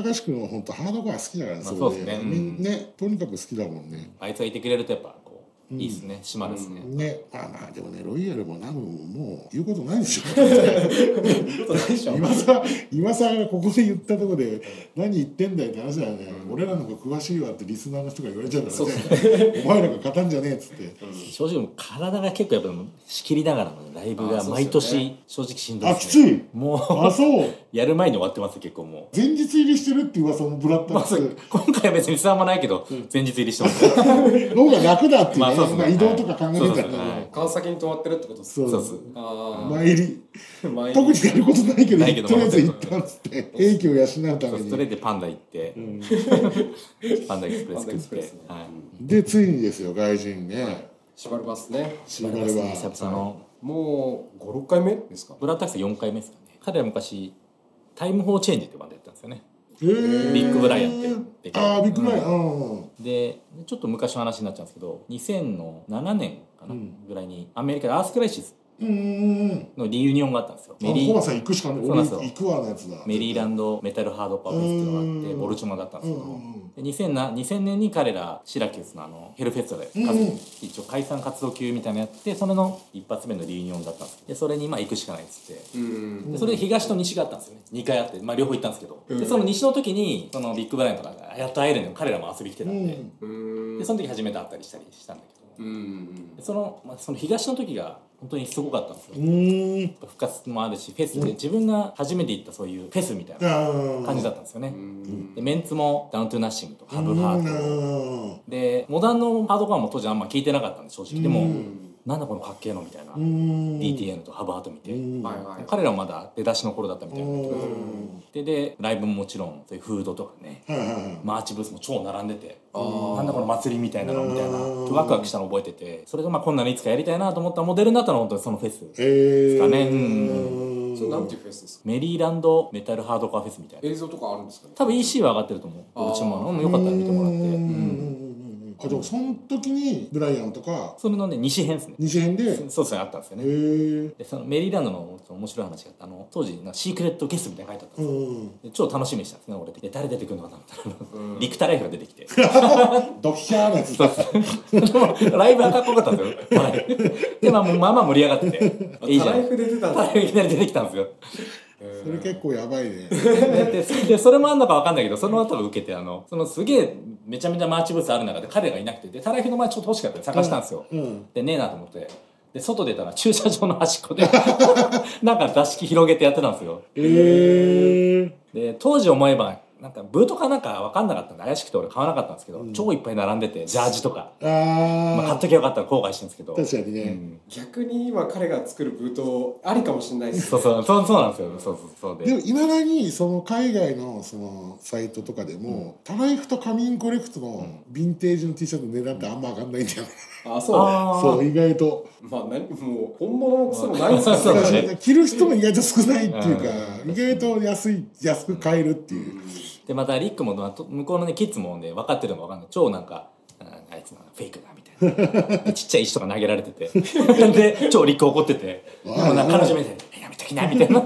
B: 高橋君は本当ハードコア好きだから
C: まあそうですね
B: みんねとにかく好きだもんね。
C: あいつがいてくれるとやっぱこういいですね島ですね、
B: ねあまあでもねロイヤルもナムももう言うことないでしょ <laughs>
A: 言うことないでしょ
B: 今さ今さここで言ったところで何言ってんだよって話だよね、俺らの方が詳しいわってリスナーの人が言われちゃうから
A: そう
B: ね <laughs> お前らが勝たんじゃねえっつって、
C: 正直体が結構やっぱ仕切りながらのライブ
A: あ
C: が
A: そうっすよね
C: 毎年正直しんどい
B: あ
C: で
B: き
C: す
B: つ
C: <laughs>
B: い
C: も
B: あそう
C: うやる前に終わってます結構も
B: 前日入りしてるって噂もぶらっ
C: う、
B: た
C: ま
B: ん
C: あ、
B: で
C: そ
B: す
C: う今回は別に騒まないけど前日入りしてます
B: の方が楽だっていうね,、
C: まあそうっすね
B: まあ、移動とか考えてたら、
C: そうっすね
A: 川崎に泊まってるってことです
B: そ
A: か
B: う
C: そうっす
A: あ
B: 参り
A: あ前
B: 特にやることないけど
C: ないけど
B: とりあえず行ったんつって英気を養うた
C: そ
B: め
C: うそれ
B: に
C: でパンダ行って、パンダエクスプレス
A: パンダエクスプ
C: 食っ
A: レ
C: て
A: スね、
C: はい、
B: でついにですよ外人ね
A: シバルバスね
B: シーバルは
C: 久々の
A: もう56回目ですか
C: ブラッタックス4回目ですかね彼は昔タイムフォーチェンジってバンドやったんですよね
B: ビ
C: ビッグブライアンって
B: ってああビッグブライアンうん
C: でちょっと昔の話になっちゃうんですけど2007年かな、
B: うん
C: ぐらいにアメリカでアースクライシス
B: うんうんうん
C: のリユニオンがあったんですよ
B: メ
C: メ
B: リ
C: リ
B: ー
C: ー
B: さん行くしかない
C: そう
B: 俺
C: なんですよ
B: 行くわのやつだ
C: メリーランドメタルハードパフェスっていうのがあっ
B: う
C: て
B: ん
C: ボルチュマがあったんですけど、
B: うんうん
C: で 2000, な2000年に彼らシラキュースのあのヘルフェスタで、
B: うんうん
C: 一応解散活動休みたいなのやってそれの一発目のリユニオンだったんですけどでそれにまあ行くしかないっつっ
A: う
C: て
A: ん
C: でそれで東と西があったんですよね2回あって、まあ、両方行ったんですけど、
A: うん
C: でその西の時にそのビッグブライアンとかがやっと会えるのよ彼らも遊びに来てたんで,、
A: うん
C: でその時初めて会ったりしたりしたんだけど、
A: うん
C: でその、まあ、その東の時が本当にすごかったんですよ、
B: うーん
C: 復活もあるしフェスで自分が初めて行ったそういうフェスみたいな
B: あ
C: 感じだったんですよね、
A: うん
C: でメンツもダウントゥーナッシングと
B: ハ
C: ハ
B: ブ
C: ブ
B: ハ
C: ハ
B: ー
C: ート
B: ト
C: でモダンのハードコアも当時あんま聞いてなかったんで正直でも、
B: うん
C: なんだこのかっけえのみたいな、
B: うーん
C: DTN とハブハート見て、
B: うん
A: はいはい
C: 彼らもまだ出だしの頃だったみたいな、
B: うん
C: ででライブももちろんそういうフードとかね
B: はいはいはい
C: マーチブースも超並んでて
A: あー
C: なんだこの祭りみたいなのみたいな
B: うん
C: ワクワクしたの覚えててそれがまあこんなのいつかやりたいなと思ったモデルになったのは本当にそのフェス
B: えー
C: ですかねうん
A: それなんていうフェスですか
C: メリーランドメタルハードコアフェスみたいな
A: 映像とかあるんですかね
C: 多分 EC は上がってると思
A: あー
C: ううちもうんよかったら見てもらって
B: うーん
C: うん
B: あでもその時にブライアンとか
C: それのね西編ですね
B: 二編でへ
C: そうですねあったんですよ
B: え
C: ねでそのメリーランドの面白い話があってあの当時なんかシークレットゲストみたいなの書いてあった
B: うん
C: です
B: ん
C: よで超楽しみにしたんですね俺で誰出てくるのかなみたいな、
A: うん
C: リクタライフが出てきて
B: ドッヒャーのやつだ
C: ライブはかっこよかったんですよ。はい。で、まあ、もうまあまあ盛り上がってて。いいじゃ
A: タライ
C: ん。
A: フで出たん
C: タ
A: だ
C: ライフいきなり出てきたんですよ。
B: それ結構やばいね
C: で、それでそれもあんのかわかんないけど、その後受けて、あの、そのすげえ、めちゃめちゃマーチブースある中で彼がいなくて、で、タライフの前ちょっと欲しかったんで探したんですよ。
B: うん
C: で、ねえなと思って。で、外出たら駐車場の端っこで、 <laughs> なんか座敷広げてやってたんですよ。
B: えー
C: で、当時思えば、なんかブートかなんかわかんなかったんで、怪しくて俺買わなかったんですけど、超いっぱい並んでて、ジャージとか。まあ、買
B: あー
C: っときゃよかったら後悔してるんですけど。
B: 確かにね
C: うん
A: 逆に今彼が作るブートありかもしれないです
C: そうそう、そう、そうなんですよ。そうそう、そうで。
B: でもいまだにその海外のそのサイトとかでも、タライフとカミンコレクトのヴィンテージの T シャツの値段ってあんま上がんないんだよね、
A: あそう
C: あー
B: そう意外と
A: まあ何もう本物のクソもないですから
C: そうだね
B: 着る人も意外と少ないっていうか、意外と安い安く買えるっていう、
C: でまたリックもまあと向こうのねキッズもね分かってるのか分かんない超なんかああいつなんかフェイクだみたいなでちっちゃい石とか投げられて <laughs> てで超リック怒っててでもなんか彼女見て「やめときな」みたいな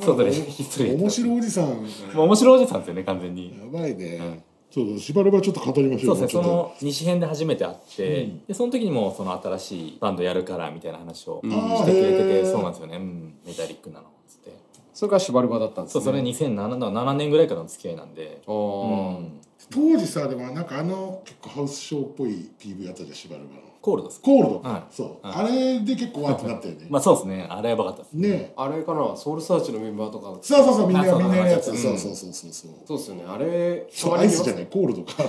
C: 外でひ <laughs> っそり
B: 面白いおじさんや
C: もう面白いおじさんですよね完全に。
B: ばいね、
C: ん
B: そうそうしばらくはちょっと語りまし
C: そ
B: ょ
C: う
B: う
C: です
B: もちょ
C: ねそう
B: っ
C: の西編で初めて会って、でその時にもうその新しいバンドやるからみたいな話をしてくれて
B: あーへ
C: て
B: ー
C: そうなんですよね、うん、メタリックなのっつって
A: <laughs> それがシバルバだったんです
C: そう
A: ね
C: それ2007の7年ぐらいからの付き合いなんで、
A: あ
C: う
A: ー
C: ん、
B: と当時さでもなんかあの結構ハウスショーっぽい PV あったじゃんしばらくの
C: コールドですか
B: コールド、
C: はい
B: そう、
C: はい
B: あれで結構わーってなったよね、
C: まあそうですねあれやばかったです
B: ねえ
A: あれかなソウルサーチのメンバーとか
B: そうそうそうみん
C: あ
B: な
C: そう
B: みんなやるやつ、
C: うん
B: そうそうそうそうそう
A: そうですよねあれ
B: そうアイスじゃ
A: い
B: ないコールド
C: <laughs>
B: か <laughs>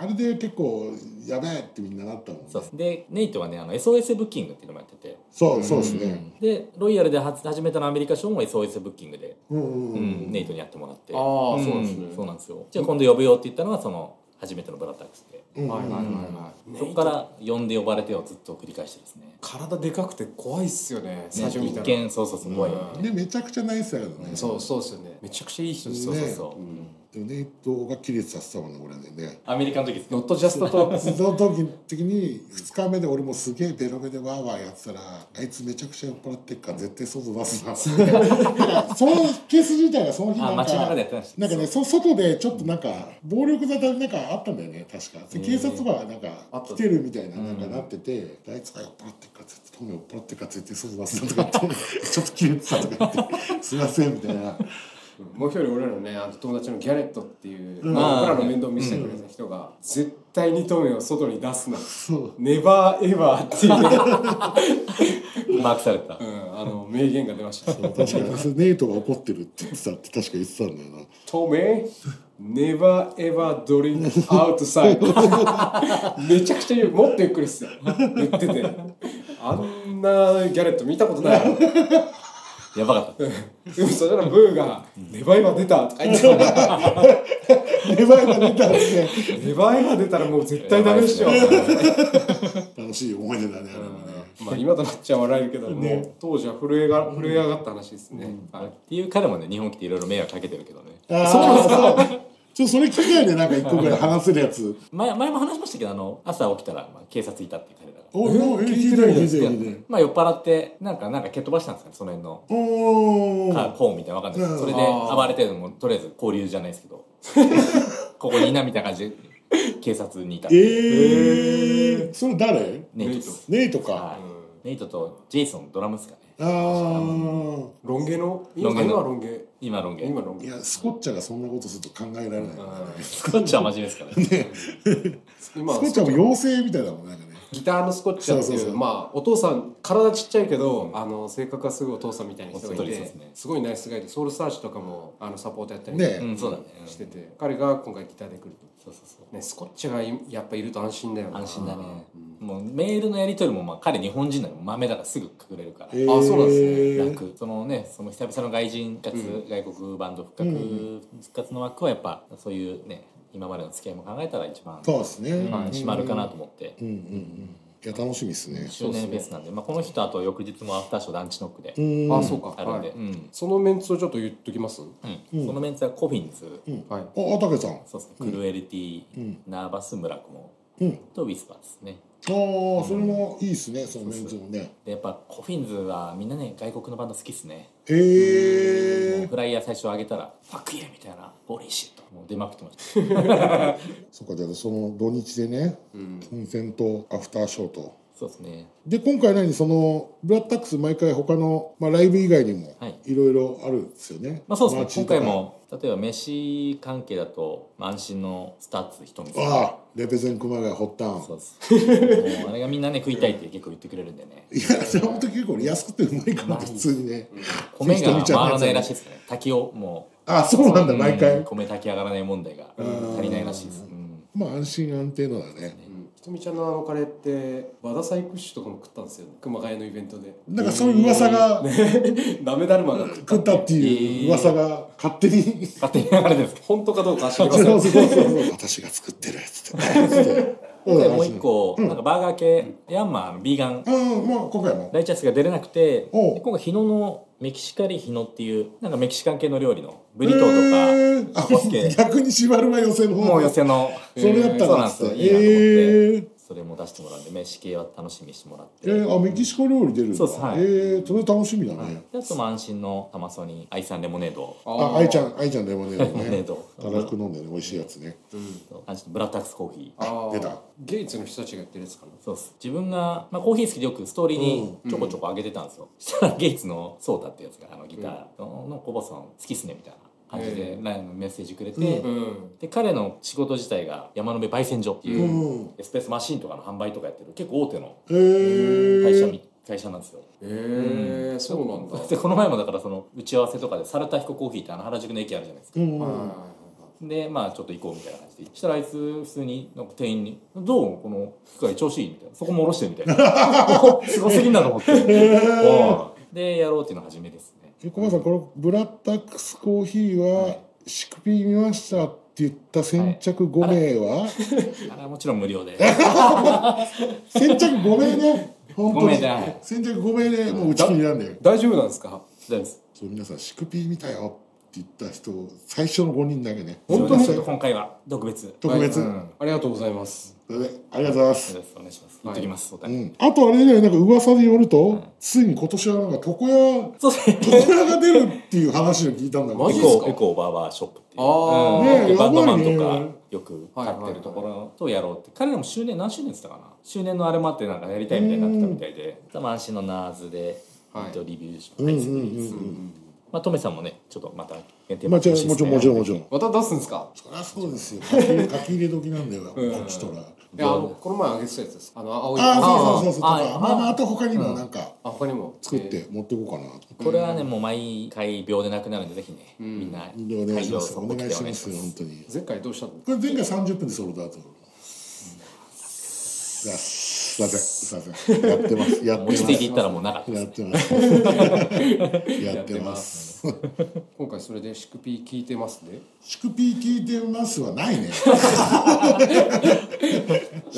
B: あれで結構やべえってみんななったもんね
C: そうですでネイトはねあの SOS ブッキングっていうのもやってて
B: そうそうですね
C: でロイヤルで初始めたのアメリカショーも SOS ブッキングで、
B: うんうん
C: う
B: うんん
C: ネイトにやってもらって
A: あーそうなんですね
C: んそうなんですよじゃあ今度呼ぶよって言ったのはその初めてのブラタックスで
B: うん
A: はいはいはい
C: そ
A: はい
C: こから呼んで呼ばれてをずっと繰り返してですねね
A: 体でかくて怖いっすよね最初見た
C: 一
A: ら
C: 見そうそうすごい、
A: うん
B: でめちゃくちゃナイスやるね
A: そうそうですよねめちゃくちゃいい人ですよ
B: ね
A: そう
C: そう、
B: でネイトが切れてたってたもんね俺ね
C: アメリカの時です
A: ノットジャストトークス
B: その時時に2日目で俺もすげえベロベロでワーワーやってたらあいつめちゃくちゃ酔っ払ってっから絶対外出すなだからそのケース自体がその日
C: あ
B: なん
C: 街中
B: か
C: でやってました
B: なんかねそ外でちょっとなんか暴力沙汰なんかあったんだよね確かで
C: ん
B: 警察がなんか
A: あった
B: 来てるみたいななんか
C: うん
B: なっててあいつが酔っ払ってっから絶対トム酔っ払ってっから絶対外出すなとか言ってちょっと切れてたとか言ってすいませんみたいな。
A: もう一人俺らのねあの友達のギャレットっていう、
B: うん
A: まあ僕らの面倒見せてくれた人が、絶対にトメを外に出すな
B: そう
A: ネバーエバーっていう、
C: マークされた
A: うん、あの名言が出ました
B: 確かにネイトが怒ってるって言ってたって確か言ってたんだよな <laughs>
A: トメ Never ever drink outside めちゃくちゃ言うもっとゆっくりっすよ言っててあんなギャレット見たことない
C: やばかった
A: でもそしたらブーが「ネバエバ出た」とか言ってた
B: ネバーが出たんですね
A: ネバエバ出たらもう絶対ダメでしょ
C: やばいっすね
B: 楽しい思い出だねあれもね
A: まあ今となっちゃ笑えるけども、
B: ね
A: 当時は震えが震え上がった話ですね、はい
C: っていう彼もね日本来ていろいろ迷惑かけてるけどね
B: ああそうちょっとそれ聞きたいねなんか一個ぐらい話せるやつ
C: 前前も話しましたけどあの朝起きたら、まあ、警察いたっていう彼らが
A: え
B: おお
A: 聞いて
B: な
A: ないい
B: 聞
A: で
B: いて
A: す
B: な
A: か
B: い聞いてない
C: まあ酔っ払ってなんかなんか蹴っ飛ばしたんですかねその辺の
B: お
C: か
B: ー
C: こうみたいなわかんないですそれで
A: あー
C: 暴れてるのもとりあえず交流じゃないですけどここにいなみたいな感じで警察にいた
B: えーそれ誰
C: ネイト
B: ネイト
C: は
B: か
C: いネイトとジェイソンドラムですかね
B: あー
A: ロン毛の
C: ロン毛の
A: 今はロン毛
C: 今ロン毛
A: 今ロン
B: い
A: 毛
B: やスコッチャがそんなことすると考えられない
C: スコッチは真面目ですからね
A: 今
B: ス
A: は
B: コッチャも妖精みたいだもんなんかね
A: ギターのスコッチャーっていう
B: そうそうそう
A: まあお父さん体ちっちゃいけど、あの性格がすごいお父さんみたいな人
C: お
A: が
C: っ
A: い
C: とり
A: て,、
C: そうですすね
A: ごいナイスガイでソウルサーチとかもあのサポートやったり
B: ね
C: うんそうだねうん
A: してて、彼が今回ギターで来る
C: そうそうそう
A: と、ね、スコッチャーがやっぱいると安心だよな
C: 安心だねもうメールのやり取りもまあ彼日本人なの豆だからすぐ隠れるから
B: えー
A: そうなんです
C: 楽そのねその久々の外人復活、外国バンド復活、復活の枠はやっぱそういうね今までの付き合いも考えたら一番、
B: そうですね
C: まあ締まるかなと思って、
B: うんうんうんいや楽しみですね
C: 周年フェスなんで、まあ、この日とあと翌日もアフターショーランチノックで
B: うん
A: あそうか
C: あるんで、
A: は
C: う
A: い
C: ん
A: そのメンツをちょっと言っときます、
C: うんそのメンツはコフィンズ、
A: はい
B: あ、あたけさん。あ
C: そうですねクルエリティ、ナーバス村子も、
B: うん
C: とウィスパーですね
B: あ、それもいいですね、そのメンズもね。
C: でやっぱコフィンズはみんなね外国のバンド好きっすね
B: へえ。
C: フライヤー最初上げたら「ファックイエみたいな「ホーリーシット」もう出まくってました <laughs>
B: そっか、じゃあその土日でね、
A: うん
B: 本戦とアフターショーと。
C: そうですね
B: で、今回何その、ブラッドタックス毎回他の、まあ、ライブ以外にも
C: はい、
B: いろいろあるんですよね。
C: まあそうです
B: 街
C: ね
B: と
C: 今
B: か
C: 回。も例えば飯関係だとまあ安心のスタッツひとみさん
B: ああ、レペゼン熊谷発端
C: そ。うです <laughs> もうあれがみんなね食いたいって結構言ってくれるんでね
B: いや、それ本当結構俺安くてうまいかな、
C: うまい
B: 普通にね。
C: 米が
B: 見ち
C: 回
B: ゃうやつ
C: らないらしいですね滝をも
B: あ、そう
C: う
B: なんだ、毎
C: うん
B: 回。
C: 米炊き上がらない問題が
B: うん
C: 足りないらしいですうん
B: まあ、安心安定のだね。
A: うんひとみちゃんのあのカレーって和田サイクッシュとかも食ったんですよね熊谷のイベントで
B: なんかそういう噂が、
A: ダメだるまが食った
B: 食ったっていう噂が勝手に。
C: 勝手に流れてるんですけ
A: 本当かどうかは知りま
B: そう
A: せん
B: そうそうそう。私が作ってるやつ
C: <laughs>
B: って。
C: どでもう一個なんかバーガー系ヤンマーのビーガン
B: うん、まあ今回も。
C: ライチャスが出れなくてで
B: おう
C: 今回日野のメキシカリ日野っていうなんかメキシカン系の料理のブ
B: ブ
C: リトーとか
B: と
C: コスケ
B: 逆に縛るは寄せの方。
C: もう寄せの
B: それだった
C: そうな
B: らっ
C: んで
B: つ
C: すよ
B: って。
C: いいなと思って。
B: えー
C: それも出してもらうんで飯系は楽しみにしてもらって、
B: えー、あメキシコ料理出るんだ
C: そうですはい
B: えー、それ楽しみだね。
C: であとまあ安心のタマソニアイさんレモネード
B: あ、愛ちゃん、愛ちゃんレモネード
C: <laughs> レモネー
B: ね。
C: ド
B: たらふく飲んでね、美味しいやつね。
C: 安心のブラッタックスコーヒー
A: あー
B: 出た
A: ゲイツの人たちがやってるやつかな
C: そうっす自分が、まあ、コーヒー好きでよくストーリーにちょこちょこ上げてたんですよ、そしたらゲイツのソータってやつがあのギターの,、のコボさん好きっすねみたいな感じで、
A: う
C: ラインのメッセージくれて、
B: う
A: うん
C: で彼の仕事自体が山野辺焙煎所っていう、
B: うん。
C: エスプレッソマシンとかの販売とかやってる結構大手の
B: えー、
C: 会社み、会社なんですよ
A: えーそうなんだ
C: でこの前もだからその打ち合わせとかでサルタヒココーヒーってあの原宿の駅あるじゃないですか
B: うん。
C: でまあちょっと行こうみたいな感じでしたらあいつ普通になんか店員に「どうこの機械調子いい?」みたいな「そこも下ろして」みたいな <laughs> すごすぎんなと思って、うんでやろうっていうのが初めですね
B: え、小林さん、このブラッタックスコーヒー
C: は、
B: はい仕組み見ましたって言った先着5名は、
C: あれはもちろん無料で
B: 先着5名ね。本当に
C: 5名じゃない
B: 先着5名でもう打ち切りなんだよ。
A: 大丈夫なんですか
C: 大丈夫です
B: そう皆さん、シクピー見たよ言った人最初の5人だけね
A: 本当
C: に
A: に
C: ちょっと今回は特別。
B: 特別、
C: うん。
A: ありがとうございます。
B: それでありがとうございます、
C: お願いします。行ってきます。お
B: う
C: 互い
B: ん、あとあれだよなんか噂によると、ついに今年はなんか床屋 <laughs>
C: そうですね。
B: 床屋が出るっていう話を聞いたんだけど
A: マ
C: エ
A: ジっす
C: コ
A: か
C: ーエコーバーバーショップっていう、
A: あ
B: ー
C: うん
B: ねえ
C: バンドマン
B: やばいね
C: とかよく買ってるところとやろうって彼らも周年何周年って言ってたかな周年のあれもあってなんかやりたいみたいになってたみたいで多分足のナーズで、
A: はい
C: えっとリビューし
B: うんうんうん
C: まあトメさんもねちょっとまた
B: う
C: 限定
B: んまあじゃあ
C: 欲しい
B: もち
C: です
B: ろん
C: ね
B: もちろんもちろん
A: また出すんですか。
B: そりゃそうですよ書き <laughs> 入れ書き入れ時なんだよ
A: うん
B: こっちとら
A: いやあのこの前あげてたやつです。あの青い。
B: ああそうそうそうそうと
C: あー
B: か
C: あー
B: まあまああと他にもなんか
A: あ他にも
B: 作って持っていこうかな
C: これはねもう毎回秒でなくなるんでぜひね、
A: ん
C: みんな
B: でお願いします
C: 会場
B: お
C: に来
B: 願い
C: て
B: しますよ本当に
A: 前回どうしたの。
B: これ前回30分でソールドアウトすいませんすいませんやってますやって
C: 持
B: ま
C: ち
B: す
C: ついていったらもうなかったで
B: や
C: す
B: ってますやってます
A: 今回それでシクピー聞いてますね。
B: シクピー聞いてますはない <laughs> ね
A: いや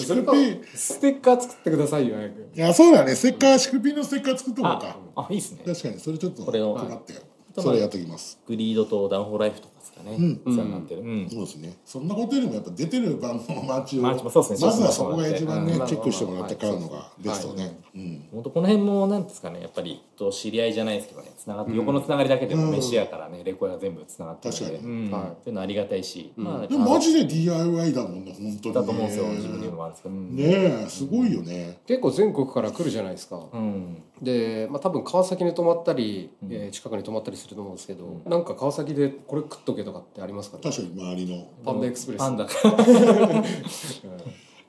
A: それかステッカー作ってくださいよ早く。
B: いやそうだねステッカーシクピーのステッカー作っとこう
C: あ
B: か
C: あいいですね
B: 確かにそれちょっと
C: これを
B: 困ってよそれやっときます
C: グリードとダウンホーライフとかですかね、お世話になってる、うん、
B: そうですね。そんなことよりもやっぱ出てる番のマーチを、
C: マーチもそうですね
B: まずはそこが一番ね、
A: うん
B: チェックしてもらって
A: まあまあま
B: 買
A: あ
B: うのがベスト
A: は
B: ね
A: い。
B: うん。
C: 本当この辺もなんですかねやっぱりと知り合いじゃないですけどねつながって、横のつながりだけでも飯屋からねレコヤ全部つながってるんで
B: 確かに
C: うん
A: はい
C: そういうのありがたいし、まあ
B: でもマジで DIY だもんね、本当に、ね。
C: だと思うんですよ自分で言うのもあるんですけど、うん
B: ねえ、すごいよね。
A: 結構全国から来るじゃないですか。
C: うん
A: で、まあ、多分川崎に泊まったり、えー近くに泊まったりすると思うんですけど、なんか川崎でこれ食っとけとかってありますかね
B: 確かに周りの。
A: パンダエクスプレス
C: パンダ
B: で、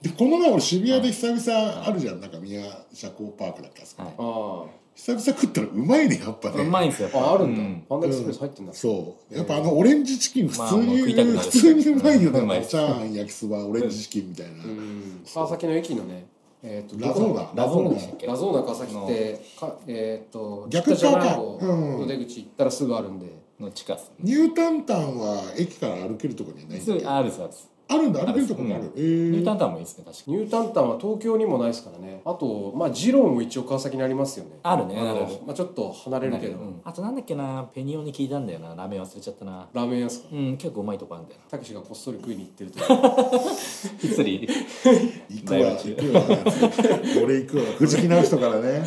B: この前俺渋谷で久々あるじゃん、なんか宮社交パークだったんですか、
C: はい
A: あ
B: 久々食ったらうまいね、やっぱね。
C: うまいんですよや
A: あ
C: っぱ
A: ああるんだ、
C: う
A: パンダエクスプレス入ってんだ、
B: そう。やっぱあのオレンジチキン普通
C: まあもう食
B: に、
C: いたくなる
B: 普通にうまいよね。
C: うんうまい
B: チャーハン、焼きそば、オレンジチキンみたいな。
A: うん川崎の駅のねえー、と
B: ラゾーナ。
C: ラゾーナでしたっけ
A: ラゾーナ川崎ってか、えー、と
B: 逆
A: 北
B: 側か
A: ジャランゴの出口行ったらすぐあるんで、
C: の地下っす
B: ニ
C: ね
B: ュータンタンは駅から歩けるとこにはないんだ
C: す
B: っ
C: ぐ
B: け
C: ああるさです
B: あるんだ、歩けるとこにある。え
C: ニュー
B: ー
C: タンタンもいいですね確かに
A: ニュータンタンは東京にもないですからねあとまあジローも一応川崎にありますよね
C: あるね
A: の
C: あるある
A: まあ、ちょっと離れるけど、
C: うんあとなんだっけなペニオに聞いたんだよなラーメン忘れちゃったな
A: ラーメン屋ですか
C: うん結構うまいとこあ <laughs> るんだよな
A: たけしがこっそり食いに行ってると
C: きっつり
B: 行くわ、行くわ。
C: <laughs>
B: 俺行くわ。藤木直人からね。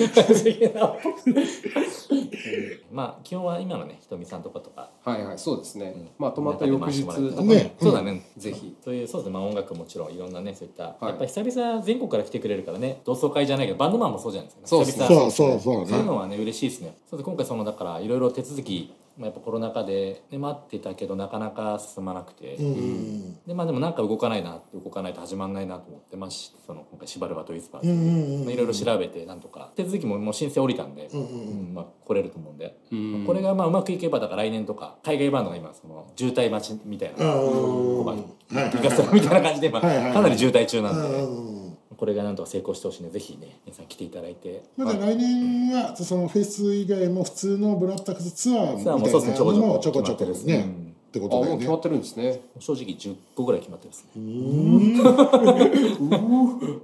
C: まあ基本は今のねひとみさんとことか
A: はいはいそうですね、まあ泊まった翌日
B: ね
C: そうだね、
A: ぜひ
C: そういうそうですねまあ音楽もちろんいろんなねそういった、
A: い
C: やっぱ久々全国から来てくれるからね同窓会じゃないけどバンドマンもそうじゃないですか
A: そうっす
C: 久
A: ね
C: 々
B: そうそうそう
C: <laughs> そうい
B: ね。
C: うのはね嬉しいですねそうです今回そのだからいろいろ手続きまあやっぱコロナ禍で、ね、待ってたけどなかなか進まなくて、
B: うん
C: でまあでもなんか動かないな動かないと始まんないなと思ってまあしその今回シバルバとイスパー
B: うんう
C: ズ
B: んうん
C: まあいろいろ調べてなんとか手続きももう申請降りたんで、
B: うんうん
C: うんまあ、来れると思うんで、
A: うん
C: これがまあうまくいけばだから来年とか海外バンドが今その渋滞待ちみたいな、
B: うんはいはい
C: ピカソみたいな感じで今か
B: はいはい
C: なり渋滞中なんで、
B: はいうん
C: これがなんとか成功してほしいんでぜひね皆さん来ていただいて、
B: まだ来年はそのフェス以外も普通のブラッタクスツアーみ
C: ツア
B: た
C: ー
B: い
C: もそう
B: な
C: ですねちょこ
B: の
C: ちょ
B: も
C: こ
B: ちょこちょこ
C: 決まってる
B: ね
C: う。
B: ってこ
A: あもう
B: とだよ
A: 決ま
B: ね。
A: ってるんですね
C: 正直10個ぐらい決まってますね、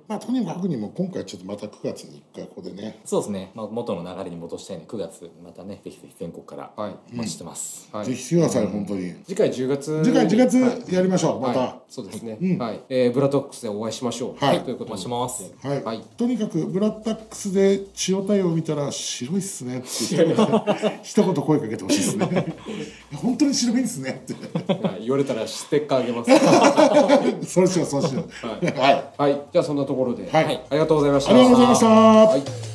B: まあとにかくにも今回ちょっとまた9月に1回ここでね。
C: そうですね、まあ、元の流れに戻したいんで9月またねぜひぜひ全国から
A: はい、
C: お待ちしてます、
A: はい
B: ぜひ来てください本当に。
A: 次回10月に
B: 次回10
A: はい
B: 月やりましょうま
A: は
B: た
A: い。そうですね、
B: ん
A: はいえーブラトックスでお会いしましょう
B: はい
A: というこ
C: お
A: と
C: 待
A: で
C: ちしてます
B: はい、
A: はい
B: とにかくブラッタックスで千代太陽を見たら白いっすね
C: <laughs>
B: って言って一言声かけてほしいですね本当に白いんですねって <laughs>
A: はい言われたらステッカーあげます
B: そうしようそうしようはい、
A: はいじゃあそんなところで、
B: はい
A: ありがとうございました
B: ありがとうございました、
A: はい